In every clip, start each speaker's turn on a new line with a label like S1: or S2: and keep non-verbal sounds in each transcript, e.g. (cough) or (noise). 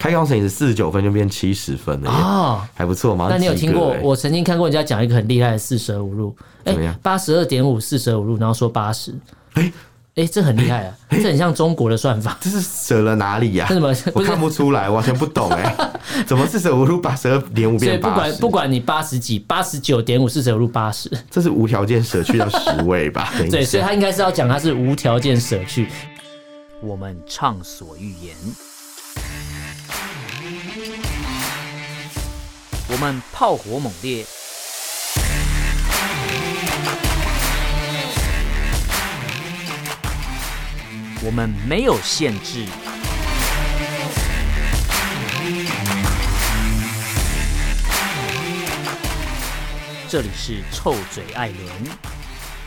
S1: 开高成也是四十九分就变七十分了耶，
S2: 哦，
S1: 还不错嘛。
S2: 那你有
S1: 及
S2: 听
S1: 格欸
S2: 过
S1: 耶？
S2: 我曾经看过人家讲一个很厉害的四舍五入，哎
S1: 怎么样，
S2: 八十二点五四舍五入，然后说八十，
S1: 哎
S2: 哎，这很厉害啊，这很像中国的算法。
S1: 这是舍了哪里呀、
S2: 这怎么
S1: 我
S2: 不是
S1: 看不出来，我完全不懂哎、
S2: (laughs)
S1: 怎么四舍五入把十二点五
S2: 所以
S1: 变
S2: 不
S1: 八
S2: 管
S1: 十？
S2: 不管你八十几、八十九点五四舍五入八十，
S1: 这是无条件舍去到十位吧？等
S2: (laughs) 对，
S1: 一
S2: 所以
S1: 下，
S2: 他应该是要讲他是无条件舍去。
S3: 我们畅所欲言；我们炮火猛烈；我们没有限制。这里是臭嘴艾伦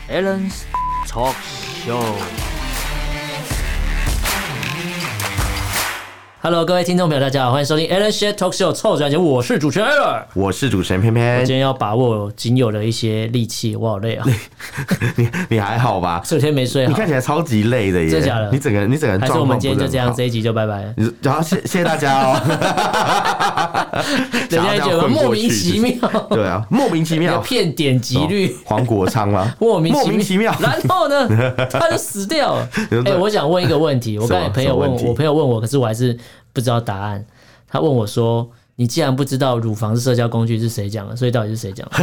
S3: a l l e n s Talk Show。
S2: Hello，各位听众朋友，大家好，欢迎收听 Alan s h a t Talk Show 臭转节目，我是主持人 Alan。
S1: 我是主持人偏
S2: 我
S1: 偏
S2: 今，天要把握仅有的一些力气，我好累啊，
S1: 哎 (laughs) 你你还好吧？
S2: 昨天没睡
S1: 你
S2: 好，
S1: 看起来超级累的耶！
S2: 真的假的
S1: 你整个你整个人
S2: 还是
S1: 状
S2: 我
S1: 况
S2: 们今天就这样，
S1: 不是
S2: 这一集就拜拜了。
S1: 很好。你然后谢谢谢大家哦，
S2: (laughs) 人家也觉得莫名其
S1: 妙，
S2: 妙，
S1: 对啊，莫名其
S2: 要
S1: 妙，
S2: 骗点击率
S1: 哦，黄国昌吗？
S2: (laughs) 莫名
S1: 莫名其妙，
S2: 然后呢，
S1: (laughs)
S2: 他就死掉了。哎、我想问一个问题，我刚才朋友问
S1: 什么问题
S2: 我，我朋友问我，可是我还是不知道答案。他问我说：“你既然不知道乳房是社交工具，是谁讲的？所以到底是谁讲的？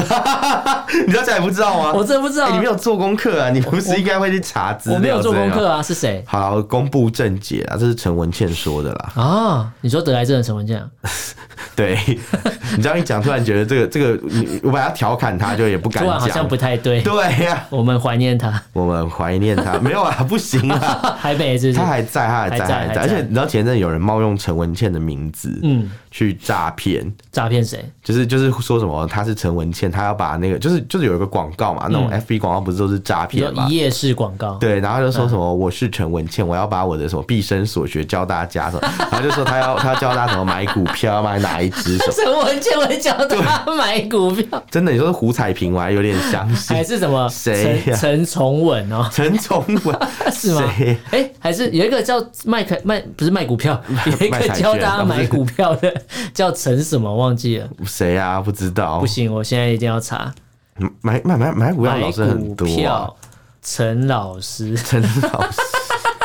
S1: 你到现在还不知道吗？
S2: 我真的不知道啊、
S1: 哎你没有做功课啊？你不是应该会去查 (laughs) 资料？
S2: 我没有做功课。啊，是谁
S1: 好了，公布正解啊，这是陈文茜说的啦。
S2: 啊？你说得癌症的陈文健啊？
S1: 对，
S2: (laughs)
S1: 你这样一讲，突然觉得这个这个，你我把它调侃他，就也不
S2: (laughs) 突
S1: 敢
S2: 然好像
S1: 讲。
S2: 不太对，
S1: 对呀、
S2: 我们怀念他， (laughs)
S1: 我们怀念他，没有啊，不行啊，
S2: 台北是不是
S1: 他？还在，他还在，
S2: 还在
S1: 他还在。
S2: 还在
S1: 而且你知道前阵有人冒用陈文茜的名字，
S2: 嗯，
S1: 去诈骗，
S2: 诈骗谁？
S1: 就是就是说什么他是陈文茜，他要把那个就是就是有一个广告嘛，那
S2: 嗯
S1: 种 FB 广告不是都是诈
S2: 比如
S1: 骗嘛
S2: 一。夜式广告， (laughs)
S1: 对，然后他就说什
S2: 嗯
S1: 么我是陈文茜，我要把我的什么毕生所学教大家什么， (laughs) 然后就说他要他要教大家怎么买股票，买哪一只什
S2: (laughs)
S1: 么，
S2: 陈文健会教他买股票，
S1: 真的你说是胡彩萍，我还有点相信
S2: (laughs) 还。是什么
S1: 谁
S2: 陈
S1: 呀
S2: 陈崇文哦？
S1: 陈崇文
S2: 是吗
S1: 谁？
S2: 哎、还是有一个叫卖可卖不是卖股票，有一
S1: (laughs) 卖
S2: 个
S1: 彩
S2: 教
S1: 券
S2: 大家
S1: 啊不
S2: 买
S1: 是
S2: 股票的叫陈什么忘记了，
S1: 谁啊？不知道
S2: 不。行，我现在一定要查
S1: 买买买买股票的
S2: 买
S1: 老师很
S2: 股
S1: 多、啊
S2: 票，。陈老师，
S1: 陈老师， (laughs)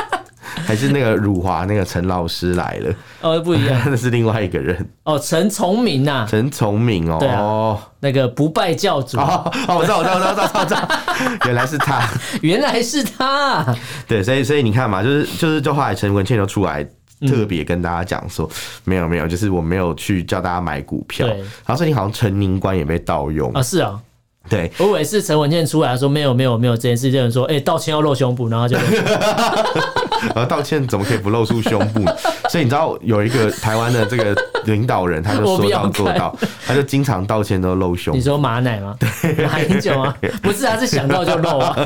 S1: 还是那个辱华那个陈老师来
S2: (laughs)
S1: 了，
S2: 哦不一样
S1: 那是另外一个人，
S2: 哦，陈崇明呐、
S1: 陈崇明哦。
S2: 对啊
S1: 哦 (laughs)
S2: 那个不败教主，
S1: 哦，哦，我知道，我知道，我知道，我知道，我知道， (laughs) 原来是他。
S2: 原来是他、
S1: 对，所以所以你看嘛，就是就是，就后来陈文茜就出来。
S2: 嗯
S1: 特别跟大家讲说，没有没有，就是我没有去叫大家买股票。
S2: 对
S1: 然后最近好像陈宁官也被盗用，
S2: 啊，是啊、
S1: 对，
S2: 我以为是陈文健出来说没有没有没有这件事，就有人说哎、道歉要露胸部，然
S1: (laughs)
S2: 后就
S1: 然后道歉怎么可以不露出胸部？所以你知道有一个台湾的这个领导人，他就
S2: 我不
S1: 说
S2: 要
S1: 到做
S2: 看
S1: 到，他就经常道歉都露胸
S2: 你。说马奶吗？马英九吗？不是，他是想到就
S1: (laughs)
S2: 露啊。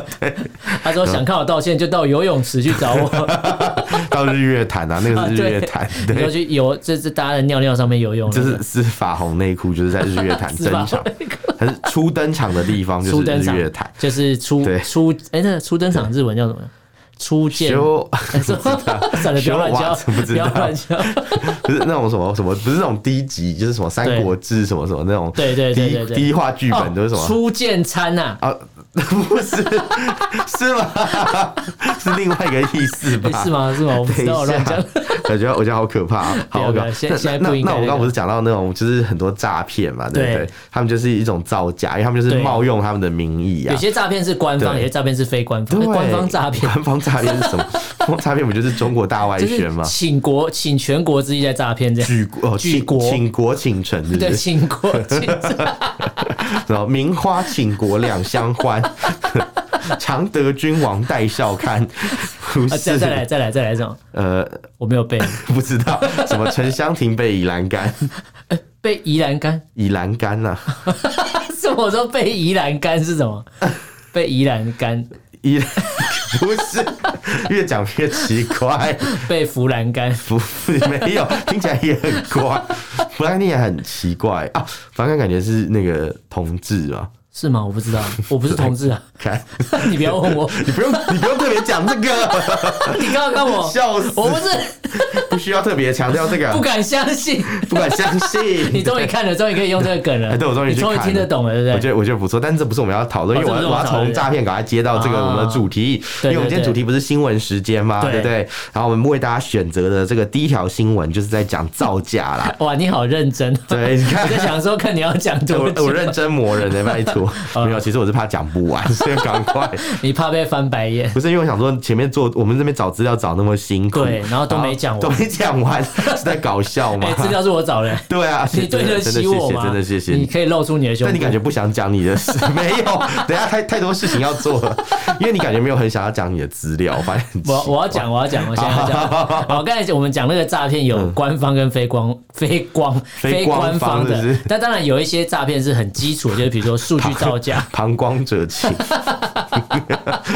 S2: 他说想看我道歉就到游泳池去找我，
S1: 到日月潭啊，那个是日月潭，
S2: 你说
S1: 对，
S2: 去游这这大家的尿尿上面游泳，
S1: 这是是法红内裤，就是在日月潭
S2: 是
S1: 登
S2: 吧
S1: 场，它是初登场的地方就
S2: 初
S1: 是
S2: 登
S1: 日
S2: 场
S1: 月潭。
S2: 就是初
S1: 对
S2: 初哎，那初登场日文叫什么？初见。哎
S1: 修
S2: 算了，不要乱
S1: 哇
S2: 教，
S1: 怎么知
S2: 不要
S1: 道
S2: 乱教。
S1: (laughs) 不是那种什么什么，不是那种低级，就是什么《三国志》什么什么那种低，
S2: 对对对对对
S1: 低化剧本都是什
S2: 哦
S1: 么
S2: 初见餐呐，
S1: 啊？ (laughs) 不是是吗？ (laughs) 是另外一个意思吧？
S2: 哎是？吗？是吗？我不
S1: 等
S2: 知
S1: 一
S2: 道，我乱
S1: 下
S2: 讲。，
S1: 我觉得我觉得好可怕、
S2: (laughs)
S1: 啊，
S2: 不要
S1: 好可
S2: 不
S1: 怕
S2: 要现现在
S1: 那
S2: 不
S1: 那
S2: 应该
S1: 那我刚
S2: 那
S1: 刚
S2: 个
S1: 不是讲到那种就是很多诈骗嘛，对不对
S2: 对？
S1: 他们就是一种造假，因为他们就是
S2: 对
S1: 冒用他们的名义啊
S2: 有。些诈骗是官方，有
S1: 对
S2: 些诈骗是非官方。
S1: 对，
S2: 哎官方诈骗
S1: 官方诈骗是什么？ (laughs) 官方诈骗不就是中国大外
S2: 就是
S1: 宣吗？
S2: 请国请全国之力在诈骗这样。
S1: 举国哦，
S2: 举
S1: 请
S2: 国
S1: 请国请臣，是不
S2: 对，
S1: 是？
S2: 请国请
S1: 然后名花倾国两相欢， (laughs) 常德君王戴孝看，不
S2: 啊，再
S1: 是
S2: 再来再来再来这种，
S1: 呃，
S2: 我没有背
S1: 不知道什么沉香亭被倚栏杆， (laughs)
S2: 背宜兰干，
S1: 倚栏杆啊呐，
S2: 是我说背宜兰干是什么？背宜兰干，
S1: (laughs) 倚栏不是，越讲越奇怪， (laughs)
S2: 背扶栏干，
S1: 不没有，听起来也很怪，弗兰尼也很奇怪啊，反正感觉是那个同志啊，
S2: 是吗？我不知道，我不是同志啊，
S1: 看，
S2: (laughs) 你不要
S1: (laughs)
S2: 问我，
S1: 你不用，你不用特别讲这个，
S2: 你刚刚看我，
S1: 笑死，啊
S2: 我不是
S1: 不需要特别强调这个，
S2: 不敢相
S1: (laughs)
S2: 信，
S1: 不敢相信。
S2: 你终于看了，终于可以用这个梗了，
S1: 哎，对我终于
S2: 你
S1: 去
S2: 终于
S1: 看
S2: 听得懂了，对
S1: 我觉
S2: 不对？
S1: 得我觉得不错，但是这不是我们要讨论，
S2: 哦
S1: 因为我
S2: 这不是
S1: 要
S2: 我
S1: 我
S2: 们
S1: 要
S2: 讨
S1: 从
S2: 论
S1: 诈骗赶快接到这个
S2: 啊
S1: 我们的主题，因
S2: 对对
S1: 为我们今天
S2: 对
S1: 主题不是新闻时间嘛，
S2: 对
S1: 对不对？然后我们为大家选择的这个第一条新闻就是在讲造假
S2: (laughs)
S1: 啦，
S2: 哇，你好认真，啊
S1: 对，你看
S2: 我。在想说看你要讲多
S1: 我
S2: 久，
S1: 我认真磨人的、拜托，
S2: 哦
S1: 没有，其实我是怕讲不完，所以赶
S2: (laughs)
S1: 快。
S2: 你怕被翻白眼。
S1: 不是因为我想说前面做我们这边找资料找那么辛苦，
S2: 对然后都没讲完
S1: 都没讲完，是在搞笑吗
S2: (laughs) 哎，？资料是我找的，
S1: 对啊，
S2: 你对
S1: 真
S2: 得
S1: 的真的
S2: 起
S1: 谢
S2: 我
S1: 谢，
S2: 吗？
S1: 真的谢谢
S2: 你。可以露出你的胸部，
S1: 但你感觉不想讲你的
S2: (laughs)
S1: 事？没有，等一下太太多事情要做了，因为你感觉没有很想要讲你的资料，我发现很奇
S2: 我我要
S1: 怪
S2: 讲，我要讲，我现在要讲。好，刚才我们讲那个诈骗有官方跟非官、非官、
S1: 嗯 (laughs)
S2: 非
S1: 非官
S2: 官方
S1: 方
S2: 的
S1: 是不是，
S2: 但当然有一些诈骗是很基础的，就是比如
S1: (laughs)
S2: 说数据造假，
S1: 旁观者
S2: (laughs)
S1: 清。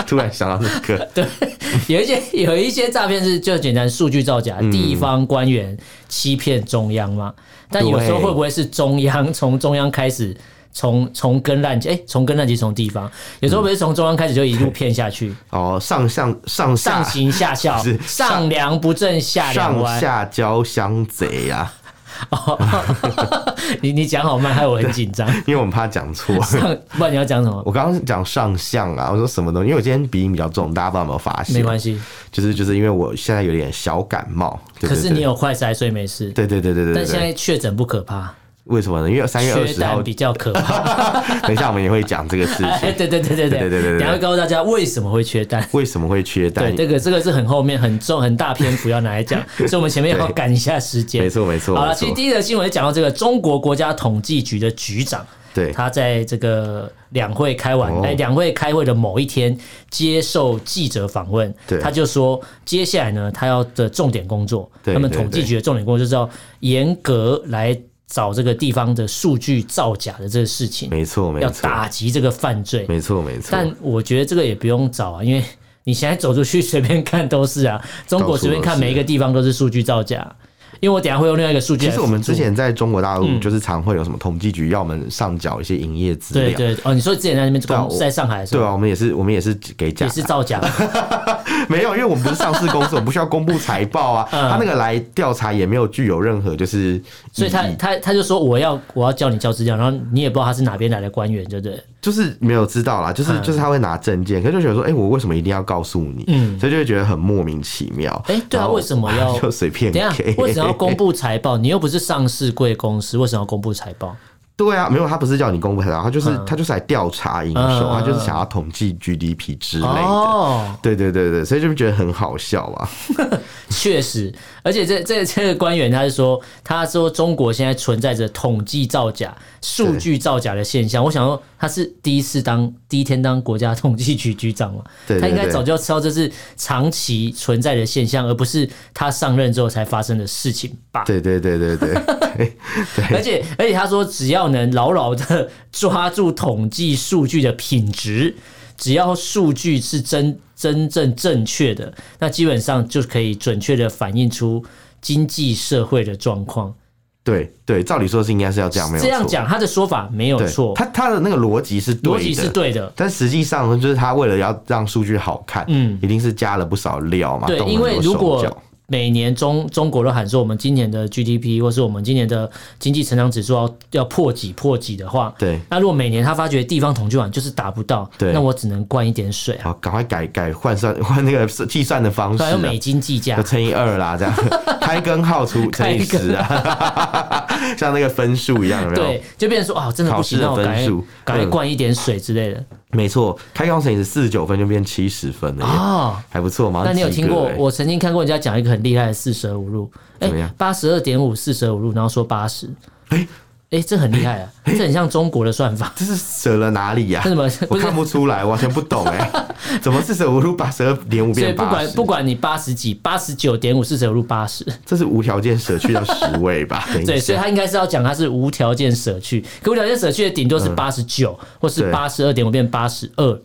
S1: 突然想到这个，
S2: 对， (laughs) 有一些有一些诈骗是就简单数据造假，
S1: 嗯
S2: 地方官员欺骗中央嘛。但有时候
S1: 对
S2: 会不会是中央从中央开始？从从根烂起，哎、从根烂起，从地方，有时候不是从中央开始就一路骗下去，
S1: 哦，上上上
S2: 上
S1: 下
S2: 行下效
S1: 是，
S2: 上梁不正下梁
S1: 上
S2: 歪，
S1: 下交相贼啊，
S2: (laughs) 你你讲好慢，害我很紧张。
S1: 因为我们怕讲错。
S2: 上，不然你要讲什么？
S1: (laughs) 我刚刚讲上相啊，我说什么东西？因为我今天鼻音比较重，大家不知道有没有发现？
S2: 没关系，
S1: 就是就是因为我现在有点小感冒。对
S2: 可
S1: 对
S2: 是
S1: 对
S2: 你有快筛，所以没事。
S1: 对对对对对
S2: 但
S1: 对
S2: 现
S1: 对，
S2: 在确诊不可怕，
S1: 为什么呢？因为三月二
S2: 缺
S1: 十号
S2: 蛋，比较可怕。
S1: (laughs) 等一下我们也会讲这个事
S2: (laughs) 哎，
S1: 情，
S2: 对对对对
S1: 对对对对对
S2: 等一下会告诉大家为什么会缺蛋。
S1: 为什么会缺蛋
S2: 对，？这个这个是很后面很重很大篇幅要拿
S1: (laughs)
S2: 来讲，所以我们前面要
S1: 对
S2: 赶一下时间。
S1: 没错没错。
S2: 好了，
S1: 没
S2: 其
S1: 错
S2: 实第一则新闻讲到这个中国国家统计局的局长，
S1: 对
S2: 他在这个两会开完，
S1: 哦
S2: 哎、两会开会的某一天接受记者访问，
S1: 对
S2: 他就说，接下来呢，他要的重点工作，
S1: 对
S2: 他们
S1: 对
S2: 统计
S1: 对
S2: 局的重点工作就是要严格来找这个地方的数据造假的这个事情，
S1: 没错没
S2: 要
S1: 错
S2: 打击这个犯罪。
S1: 没错没错。
S2: 但我觉得这个也不用找啊，因为你现在走出去随便看都
S1: (laughs)
S2: 是啊，中国随便看
S1: 到处都是
S2: 每一个地方都是数据造假。因为我等一下会用另外一个数据
S1: 其
S2: 来
S1: 实
S2: 辅助。
S1: 我们之前在中国大陆就是常会有什么统计局要我们上缴一些营业资
S2: 对
S1: 料，
S2: 对哦，你说之前在那边
S1: 对啊
S2: 公
S1: 我
S2: 在上海的时
S1: 对
S2: 候。
S1: 啊，我们也是我们也是给假
S2: 也，是造假，
S1: (laughs) 没有，因为我们不是上市公司，我们不需要公布财报
S2: (laughs)
S1: 啊，他那个来调查也没有具有任何就是意义，
S2: 嗯所以他
S1: 嗯
S2: 他他就说我要我要叫你交资料，然后你也不知道他是哪边来的官员，对不对？
S1: 就是没有知道啦，就是就是他会拿证件，可是就觉得说，哎、我为什么一定要告诉你？
S2: 嗯
S1: 所以就会觉得很莫名其妙。
S2: 哎对啊
S1: 然后
S2: 为什么
S1: (laughs)
S2: 要
S1: 就随便
S2: 等一下
S1: 给？ (laughs)
S2: 为什么要公布财报？你又不是上市贵公司，为什么要公布财报？
S1: 对啊，没有，他不是叫你公布财报，他就是、他就是来调查营收，
S2: 嗯
S1: 他就是想要统计 GDP 之类的。
S2: 哦，
S1: 对对对对，所以就觉得很好笑啊！
S2: 确实，而且这这这个官员他是说，他说中国现在存在着统计造假、数据造假的现象。我想说，他是第一次当第一天当国家统计局局长嘛，
S1: 对对
S2: 他应该
S1: 对
S2: 早就知道这是长期存在的现象，而不是他上任之后才发生的事情吧？
S1: 对对对对
S2: (laughs)
S1: 对，
S2: 而且而且他说，只要能牢牢的抓住统计数据的品质，只要数据是真真正正确的，那基本上就可以准确的反映出经济社会的状况。
S1: 对对，照理说是应该是要这样，没有
S2: 这样
S1: 错
S2: 讲，他的说法没有
S1: 对
S2: 错，
S1: 他他的那个逻辑是对
S2: 逻
S1: 的，
S2: 辑是对的。
S1: 但实际上就是他为了要让数据好看，
S2: 嗯
S1: 嗯，一定是加了不少料嘛。
S2: 对，
S1: 动了
S2: 因为
S1: 很多
S2: 如
S1: 手
S2: 果
S1: 脚
S2: 每年中中国都喊说我们今年的 GDP 或是我们今年的经济成长指数要要破几破几的话，
S1: 对
S2: 那如果每年他发觉地方统计网就是达不到，
S1: 对
S2: 那我只能灌一点水啊，
S1: 好，赶快改改换算 (laughs) 换那个计算的方式、
S2: 对啊，
S1: 啊
S2: 用，美金计价
S1: 就，乘以二啦，
S2: (laughs)
S1: 这样开根号出乘以十啊， (laughs) 像那个分数一样，有没有
S2: 对？，就变成说啊，真的不行，
S1: 考试的
S2: 那我赶
S1: 分
S2: 快
S1: 数
S2: 赶快
S1: 嗯
S2: 灌一点水之类的。
S1: 没错，开根号乘以十四十九分就变七十分了耶，
S2: 哦，
S1: 还不错嘛。
S2: 那你有
S1: 及
S2: 听
S1: 格
S2: 过
S1: 欸？
S2: 我曾经看过人家讲一个很厉害的四舍五入，哎
S1: 怎么样，
S2: 八十二点五四舍五入，然后说八十，
S1: 哎
S2: 哎，这很厉害啊，这很像中国的算法。
S1: 这是舍了哪里呀、
S2: 这怎么不
S1: 我
S2: 是
S1: 看不出来，我完全不懂哎、
S2: (laughs)
S1: 怎么四舍五入把十二点五
S2: 所以
S1: 变
S2: 不
S1: 八
S2: 管
S1: 十
S2: 不？管你八十几、八十九点五四舍五入八十，
S1: 这是无条件舍去到十位
S2: (laughs)
S1: 吧？等一
S2: 对，所以
S1: 下
S2: 他应该是要讲他是无条件舍去，可无条件舍去的顶多是八十九或是
S1: 嗯对
S2: 八十二点五变八十二，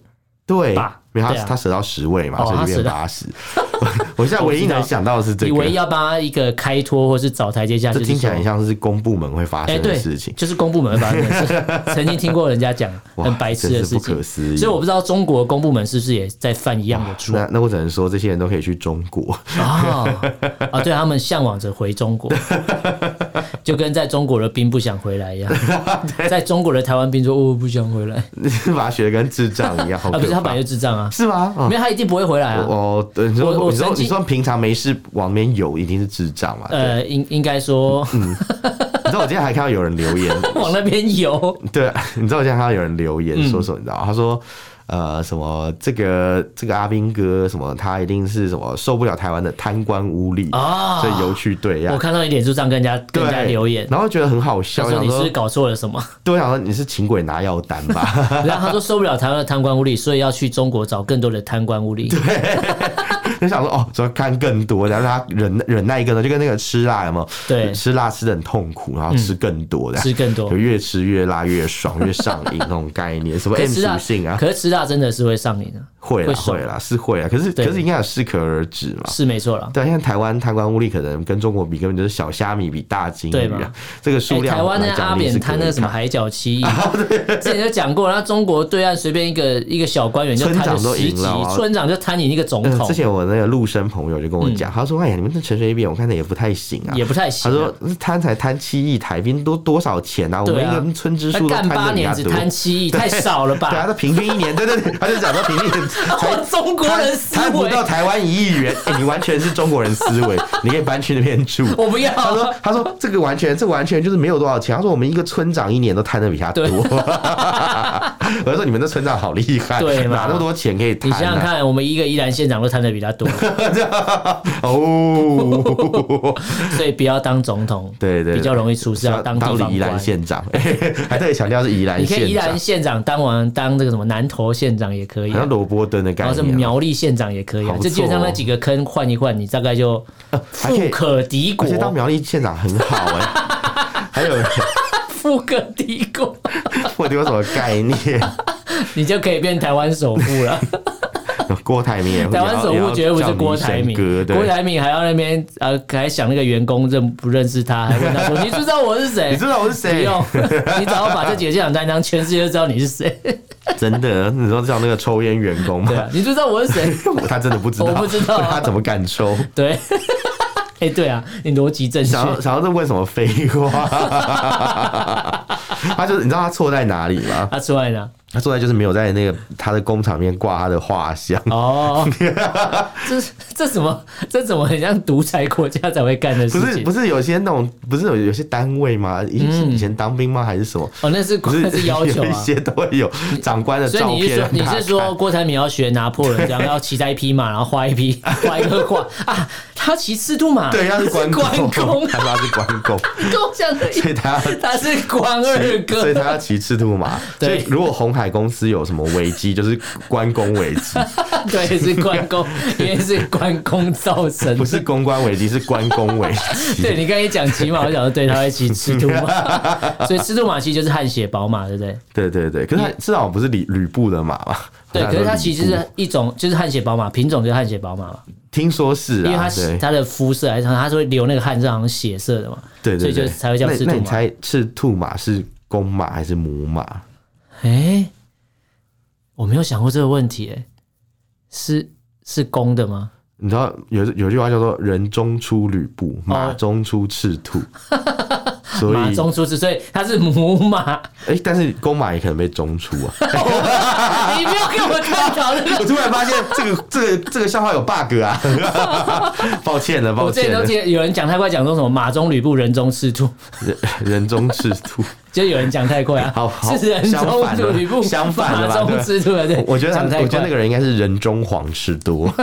S1: 对
S2: 吧，
S1: 没有他
S2: 对啊
S1: 他舍到十位嘛，
S2: 哦
S1: 所以
S2: 他
S1: 就
S2: 舍
S1: 变
S2: 到
S1: 八十。
S2: (laughs)
S1: 我现在唯一能想到的是这
S2: 你
S1: 个
S2: 唯一，要帮他一个开脱或是找台阶下，
S1: 这
S2: 就是
S1: 听起来很
S2: 说
S1: 像是公部门会发
S2: 哎，
S1: 生的
S2: 对
S1: 事，情。
S2: 就是公部门发生的事，曾经听过人家讲
S1: (laughs) 哇
S2: 很白痴的事
S1: 真是不可思
S2: 情，
S1: 议
S2: 所以我不知道中国公部门是不是也在犯一样的错
S1: (laughs) 那那我只能说，这些人都可以去中国。 (laughs)
S2: 啊啊！对他们向往着回中国，就跟在中国的兵不想回来
S1: (laughs)
S2: 一样，在中国的台湾兵说我不想回来
S1: 把他学得跟智障一样，好
S2: 啊，
S1: 可
S2: 不是他
S1: 怕
S2: 本来就智障啊，
S1: 是吗？哦
S2: 没有他一定不会回来啊。
S1: 哦，对，你
S2: 我
S1: 说
S2: 我
S1: 你说
S2: 曾经
S1: 你说平常没事往里面游，一定是智障嘛？对。嗯
S2: 呃，应应该说
S1: 你知道我今天还看到有人留言，
S2: (laughs) 往那边游，
S1: 对，你知道我今天看到有人留
S2: 嗯
S1: 言说什么？你知道吗他说。呃，什么这个这个阿兵哥什么，他一定是什么受不了台湾的贪官污吏
S2: 啊
S1: 所以游去 (laughs) 对岸
S2: 我。看到你脸书上跟人家跟人家
S1: 对
S2: 留言，
S1: 然后觉得很好
S2: 他
S1: 笑，
S2: 说
S1: 想
S2: 你是不
S1: 说
S2: 是搞错了什么？
S1: 对，我想说你是请鬼拿药单吧？
S2: 然后他说受不了台湾的贪官污吏，所以要去中国找更多的贪官污吏。
S1: 就想说哦，怎么看更多，然后他忍忍耐更多，就跟那个吃辣有没有？
S2: 对嗯
S1: 吃辣吃的很痛苦，然后吃更多的，
S2: 吃更多
S1: 就越吃越辣，越爽，越上瘾那种概念，什么
S2: (laughs) 可
S1: M
S2: 是吃
S1: 属
S2: 辣
S1: 性啊，
S2: 可是吃辣真的是会上瘾的、啊
S1: 会啦
S2: 爽
S1: 会啦是会啊，可是
S2: 对
S1: 可是应该有适可而止嘛。
S2: 是没错啦。
S1: 对啊，现在台湾贪官污吏可能跟中国比，根本就是小虾米比大金
S2: 对
S1: 鱼
S2: 嘛
S1: 啊，这个
S2: 哎
S1: 数量
S2: 台湾那
S1: 来讲
S2: 阿
S1: 你
S2: 扁
S1: 是
S2: 贪
S1: 可以
S2: 那个什么
S1: 看啊
S2: 海角七亿，之前就讲过，然后中国对岸随便一个一个小官员就贪
S1: 村长都
S2: 十
S1: 赢
S2: 几
S1: 了啊，
S2: 村长就贪你那个总
S1: 呃
S2: 统
S1: 之，前我那个陆生朋友就跟我讲，他说：“哎呀，你们这陈水扁，我看的也不太行啊。
S2: 嗯也不太
S1: 他
S2: 行啊。
S1: 说：“贪才贪七亿台币，多多少钱啊？我
S2: 对
S1: 们
S2: 啊
S1: 一个村支
S2: 他
S1: 书都
S2: 干
S1: 贪啊
S2: 八
S1: 的比
S2: 年
S1: 他
S2: 只
S1: 多。”
S2: 贪七亿，太少了
S1: (laughs) 对啊，
S2: 吧？
S1: 他平均一年，对对对，他就讲说平均一年才
S2: (laughs) 我中国人思
S1: 贪不
S2: 维，
S1: 到台湾一亿元、哎你完全是中国人思
S2: (laughs)
S1: 维，你可以搬去那边住。
S2: 我不要。
S1: 他
S2: (laughs)
S1: 说：“他说这个完全，这完全就是没有多少钱。他说我们一个村长一年都贪的比他多。我就说你们的村长好厉害，
S2: 对嘛
S1: 哪那么多钱可以贪、
S2: 你
S1: 啊？
S2: 想想看，我们一个宜兰县长都贪的比他多，
S1: (laughs) 哦，
S2: 所以不要当总统，
S1: 对对，
S2: 比较容易出事，要当
S1: 当
S2: 地
S1: 当
S2: 方
S1: 宜
S2: 官
S1: 兰。县长， (laughs) 还特别强调是宜兰
S2: 你可以宜
S1: 县长
S2: 兰，县长当完当这个什么南投县长也可以
S1: 好
S2: 啊、
S1: 像萝卜蹲的
S2: 然
S1: 概
S2: 后是
S1: 念啊。
S2: 苗栗县长也可以、
S1: 好
S2: 啊，
S1: 不错哦
S2: 这基本上那几个坑换一换，你大概就
S1: 还可
S2: 富
S1: 以
S2: 可敌
S1: 而且当
S2: 国，
S1: 苗栗县长很好哎、还有 (laughs)
S2: 富可敌国， (laughs)
S1: 我丢什么概念？ (laughs)
S2: 你就可以变台湾首富了。
S1: 郭台铭也会
S2: 台湾首富绝对不是郭台铭
S1: 也哦要，叫你一声哥
S2: 郭
S1: 对。
S2: 台铭还要那边呃，还想那个员工认不认识他，还问他
S1: (laughs)
S2: 说：“你知道我是谁？”
S1: 你知道我是
S2: 不
S1: 谁？
S2: 用， (laughs) 你只要把这几个县长单当，全世界都知道你
S1: (laughs)
S2: 是谁。
S1: 真的，你说叫那个抽烟员工
S2: 对
S1: 吗？
S2: 啊，你知道我
S1: (laughs)
S2: 是谁？
S1: 他真的不知道，
S2: 我不知道啊
S1: 他怎么敢抽？
S2: 对， (laughs) 哎、对啊，你逻辑正确。
S1: 想要想要这问什么废话？ (laughs) 他就是你知道他错在哪里吗？
S2: 他出来了，
S1: 他错在就是没有在那个他的工厂里面挂他的画像。 (laughs)
S2: 哦，这这什么？这怎么很像独裁国家才会干的事
S1: 不是
S2: 情？
S1: 不是有些那种不是有有些单位吗？以前
S2: 嗯
S1: 以前当兵吗？还是什么？
S2: 哦，那是 (laughs)
S1: 不
S2: 那是要求
S1: 有一
S2: 啊。
S1: 些都会有长官的
S2: 所以
S1: 照
S2: 你是
S1: 片
S2: 说
S1: 让
S2: 你
S1: 他
S2: 是说郭台铭要学拿破
S1: (laughs)
S2: 仑这样，要骑在一匹马，然后画一匹画一个画啊？他骑赤兔
S1: 看
S2: 马，
S1: 对，他是关
S2: 关公啊
S1: (laughs) 他说他是关公，
S2: 够像的，
S1: 所以他要骑。
S2: 他是关 (laughs) 二
S1: 所以他
S2: 哥，
S1: 要骑赤兔马。所
S2: 对
S1: 以如果红海公司有什么危机，就是关公危机，
S2: 对，是关公，因为是关公造成
S1: 不
S2: 的。
S1: 是公关危机，是关公危
S2: 对
S1: 机。
S2: 你刚才讲骑马，我想说对，他会骑赤兔
S1: (laughs)
S2: 马，所以赤兔马其实就是汗血宝马，对不对？
S1: 对对对，可是他至少不是吕吕布的马吧？
S2: 对，可是它其实
S1: 吕布
S2: 是一种，就是汗血宝马品种，就是汗血宝马嘛，
S1: 听说是
S2: 因为它
S1: 啊，对
S2: 它的肤色还是它是会流那个汗是好像血色的嘛，
S1: 对
S2: 所
S1: 对
S2: 以就
S1: 对，
S2: 才会叫赤
S1: 那那
S2: 兔
S1: 你
S2: 马。
S1: 猜赤兔马是公马还是母马？
S2: 哎，我没有想过这个问题，哎，是是公的吗？
S1: 你知道有有句话叫做“人中出吕布，马中出赤
S2: (laughs)
S1: 兔”，所以
S2: 啊马中出世，所以它是母马。
S1: 哎、但是公马也可能被中出
S2: (laughs)
S1: 啊！
S2: 你不要跟我探讨那个。
S1: 我突然发现这个这个这个笑话有 bug 啊！
S2: (laughs)
S1: 抱歉了，抱
S2: 我之前
S1: 歉
S2: 都
S1: 了，
S2: 听有人讲太快，讲说什么马中吕布，人中赤兔，
S1: 人人中赤
S2: (laughs)
S1: 兔，
S2: 就有人讲太快啊，
S1: 好好
S2: 是人
S1: 相
S2: 中
S1: 反了
S2: 吕布，
S1: 相反了
S2: 马
S1: 吧
S2: 中
S1: 对
S2: 赤兔，对，
S1: 我觉得他
S2: 讲太快。
S1: 我觉得那个人应该是人中黄赤多， (laughs)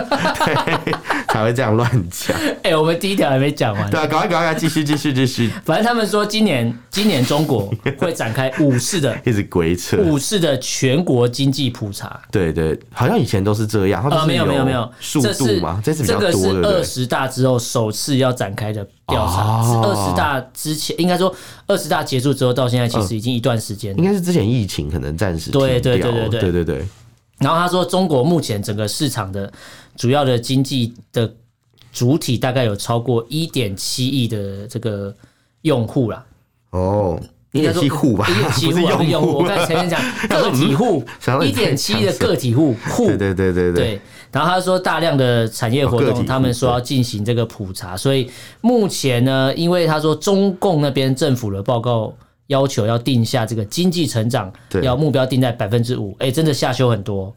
S1: 对，才会这样乱讲。
S2: 哎、我们第一条还没讲完
S1: 对。啊，赶快赶快继续继续继续，
S2: 反正他们说今年今年中国会展开五
S1: (laughs)
S2: 次的
S1: 一直鬼扯。
S2: 五次的全国经济普查。
S1: 对对，好像以前都是这样，他
S2: 呃，
S1: 们
S2: 没有没有没有，
S1: 速
S2: 这
S1: 度
S2: 是
S1: 嘛，这次比
S2: 这
S1: 较
S2: 个
S1: 多，
S2: 是
S1: 对不
S2: 二
S1: 对？
S2: 十大之后首次要展开的调查。
S1: 哦
S2: 是二十大之前，应该说二十大结束之后到现在，其实已经一段时间了。
S1: 应该是之前疫情可能暂时
S2: 对
S1: 停
S2: 对
S1: 掉
S2: 对对
S1: 了
S2: 对
S1: 对对对，
S2: 然后他说，中国目前整个市场的主要的经济的主体大概有超过一点七亿的这个用户啦，
S1: 哦，一
S2: 应该
S1: 点
S2: 说
S1: 七户吧，
S2: 一点七
S1: 不是
S2: 户啊不是用户，我
S1: 户，
S2: 刚才前
S1: (laughs)
S2: 面讲个体户
S1: 想，到
S2: 一
S1: 你在
S2: 点
S1: 讲
S2: 七亿的个体户户
S1: (laughs) 对对对对对，
S2: 对，然后他说大量的产业活
S1: 哦个体
S2: 动，
S1: 户
S2: 他们说要进行这个普查，所以目前呢，因为他说中共那边政府的报告要求要定下这个经济成长
S1: 对
S2: 要目标定在百分之五，哎，真的下修很多，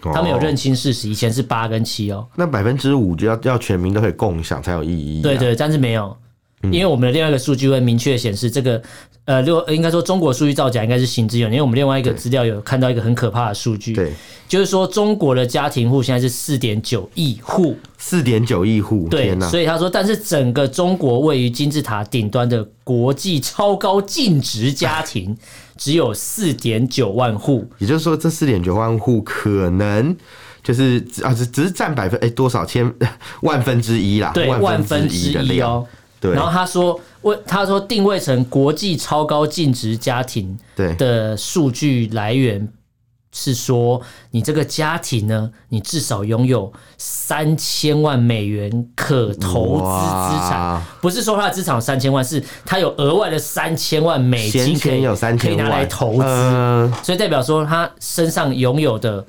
S2: 他们有认
S1: 哦。
S2: 清事实，以前是八跟七哦，
S1: 那百分之五就要要全民都可以共享才有意义啊。嗯
S2: 对对，但是没有。因为我们的另外一个数据会明确显示，这个呃，六应该说中国数据造假应该是行之有年。因为我们另外一个资料有看到一个很可怕的数据，
S1: 对，
S2: 就是说中国的家庭户现在是四点九亿户，
S1: 四点九亿户，
S2: 对
S1: 哦天，哪！
S2: 所以他说，但是整个中国位于金字塔顶端的国际超高净值家庭
S1: (laughs)
S2: 只有四点九万户，
S1: 也就是说，这四点九万户可能就是啊，只只是占百分哎、多少千万分之一啦，
S2: 对，万分
S1: 分
S2: 之
S1: 一的
S2: 一
S1: 量。
S2: 哦。
S1: 对
S2: 然后他说，为他说定位成国际超高净值家庭
S1: 对
S2: 的数据来源是说，你这个家庭呢，你至少拥有三千万美元可投资资产
S1: 哇，
S2: 不是说他的资产有三千万，是他有额外的三千万美
S1: 闲
S2: 金可
S1: 钱
S2: 以
S1: 有三
S2: 可以
S1: 千
S2: 拿
S1: 万
S2: 来投资，
S1: 呃
S2: 所以代表说他身上拥有的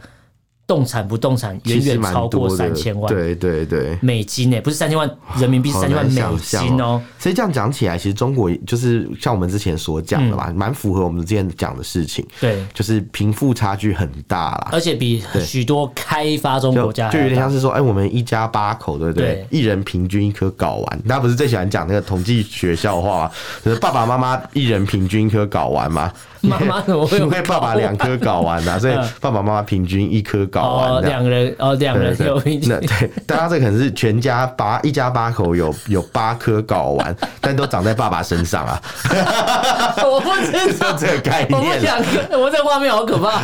S2: 动产不动产远
S1: 其实
S2: 远
S1: 蛮
S2: 超
S1: 多
S2: 过
S1: 的
S2: 三千万。
S1: 对对对。
S2: 美金呢、欸不是三千万人民币，是
S1: 好
S2: 三千万
S1: 难想
S2: 美
S1: 象
S2: 金哦。
S1: 所以这样讲起来，其实中国就是像我们之前所讲的吧，
S2: 嗯
S1: 蛮、符合我们之前讲的事情，
S2: 对，
S1: 就是贫富差距很大啦。
S2: 而且比许多开发中国
S1: 就
S2: 家
S1: 就
S2: 还
S1: 有点
S2: 要
S1: 像
S2: 大
S1: 是说，哎、我们一家八口，对不对？一人平均一颗睾丸，大家不是最喜欢讲那个统计学笑话吗？就是爸爸妈妈一人平均一颗睾丸嘛。
S2: 妈妈怎么会有嗯
S1: 因为爸爸两颗睾丸呐、啊，所以爸爸妈妈平均一颗睾
S2: 哦，
S1: 丸这样。
S2: 两个人哦，两个
S1: 对
S2: 人
S1: 对
S2: 有
S1: 对
S2: 一
S1: 那对，大家这可能是全家八一家八口有有八颗睾丸，但都长在爸爸身上啊，
S2: (laughs) 我不知
S1: 就 (laughs)
S2: 道，
S1: 这个概
S2: 我不
S1: 念啦。
S2: 想，我这画面好
S1: (laughs)
S2: 可怕。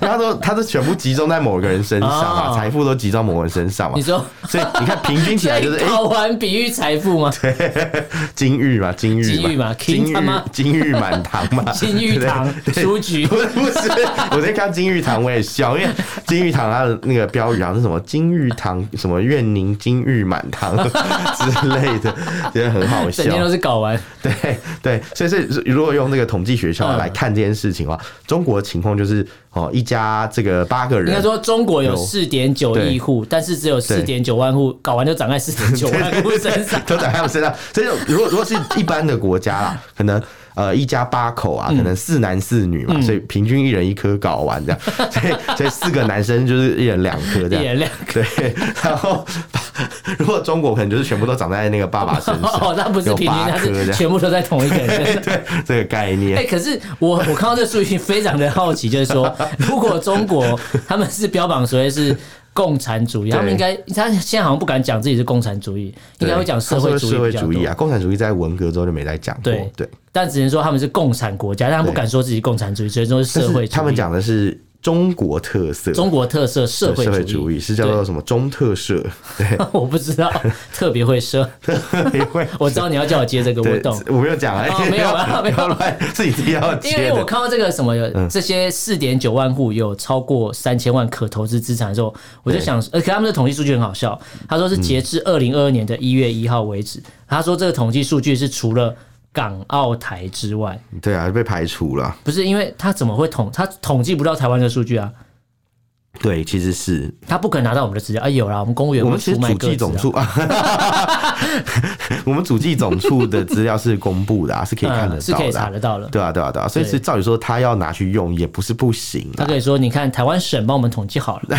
S1: 然后他都他都全部集中在某个人身上啊，
S2: 哦
S1: 财富都集中某个人身上嘛
S2: 你，说，
S1: 所以你看平均起
S2: 所
S1: 来就
S2: (laughs) 以
S1: 是哎、啊哎
S2: 睾丸比喻财
S1: (laughs)
S2: 富吗？
S1: 金玉嘛，金玉
S2: 金玉嘛
S1: 金
S2: 金他妈
S1: 玉金玉满堂嘛，
S2: (laughs) 金玉堂
S1: 对、 (laughs) 对
S2: 书局
S1: 不，是不是，我在看金玉堂我也笑，因为金玉堂它的那个标语好像是什么金玉堂什么愿您金玉满堂 (laughs) 之类的， (laughs) 觉得很好笑
S2: 整。天都是睾丸。
S1: 对对，所以是如果用这个统计学校
S2: 嗯
S1: 来看这件事情的话，中国的情况就是哦，一家这个八个人，
S2: 应该说中国有
S1: 有。
S2: 四点九亿户，但是只有四点九万户睾丸就长在四点九万户身上
S1: (laughs) 都长在他们身上。所以如果如果是一般的国家啦，可能。呃，一家八口啊，可能
S2: 嗯
S1: 四男四女嘛，所以平均一人一颗睾丸这样，所以所以四个男生就是一人两颗这
S2: 一人
S1: 样，
S2: 两
S1: 对。然后如果中国可能就是全部都长在那个爸爸身上，
S2: (laughs) 哦，那不是
S1: 有
S2: 平均，
S1: 八
S2: 那
S1: 颗这
S2: 是
S1: 样，
S2: 全部都在同一个人身
S1: (laughs)
S2: 上。
S1: 对这个概
S2: 哎、
S1: 念，
S2: 可是我我看到这个数据非常的好奇，就是说，如果中国他们是标榜所谓是共产主义，他们应该他现在好像不敢讲自己是共产主义，应该会讲社
S1: 他
S2: 会
S1: 说
S2: 主义
S1: 社会
S2: 比较
S1: 主义
S2: 多。
S1: 啊，共产主义在文革之后就没再讲过
S2: 对，
S1: 对。
S2: 但只能说他们是共产国家，但他们不敢说自己共产主义，所以说是
S1: 但
S2: 社会
S1: 是
S2: 主义。
S1: 他们讲的是中国特色，
S2: 中国特色社
S1: 对
S2: 会
S1: 社
S2: 主
S1: 会
S2: 义，
S1: 主义是叫做什么中特色， (laughs) 对，
S2: (laughs) 我不知道，特别
S1: (laughs)
S2: 会社，
S1: 也会
S2: 我知道你要叫我接这个，我
S1: 对，
S2: 懂。
S1: 我没有讲啊，
S2: 哦没有啊
S1: (laughs) 不
S2: 没有
S1: 要乱，自己自己要
S2: 因为
S1: 接
S2: 因为我
S1: 的。嗯
S2: 看到这个什么有这些四点九万户有超过三千万可投资资产的时候，我就想，而且他们的统计数据很好笑，他
S1: 嗯
S2: 说是截至二零二二年的一月一号为止，他说这个统计数据是除了。港澳台之外，
S1: 对啊，被排除了。
S2: 不是因为他怎么会统他统计不到台湾的数据啊？
S1: 对，其实是
S2: 他不可能拿到我们的资料啊！有啦，我们公务员
S1: 我
S2: 会
S1: 们其实
S2: 出卖
S1: 主
S2: 各
S1: 计
S2: 自啊
S1: 总处， (laughs) 我们主计总处的资料是公布的啊，是可以看得
S2: 嗯，是可
S1: 到
S2: 以
S1: 的
S2: 查
S1: 啊。
S2: 得到了。
S1: 对啊，对啊，对啊，所以是照理说，他要拿去用也不是不行
S2: 他
S1: 啊。
S2: 可以说，你看台湾省帮我们统计
S1: (laughs)
S2: 好了，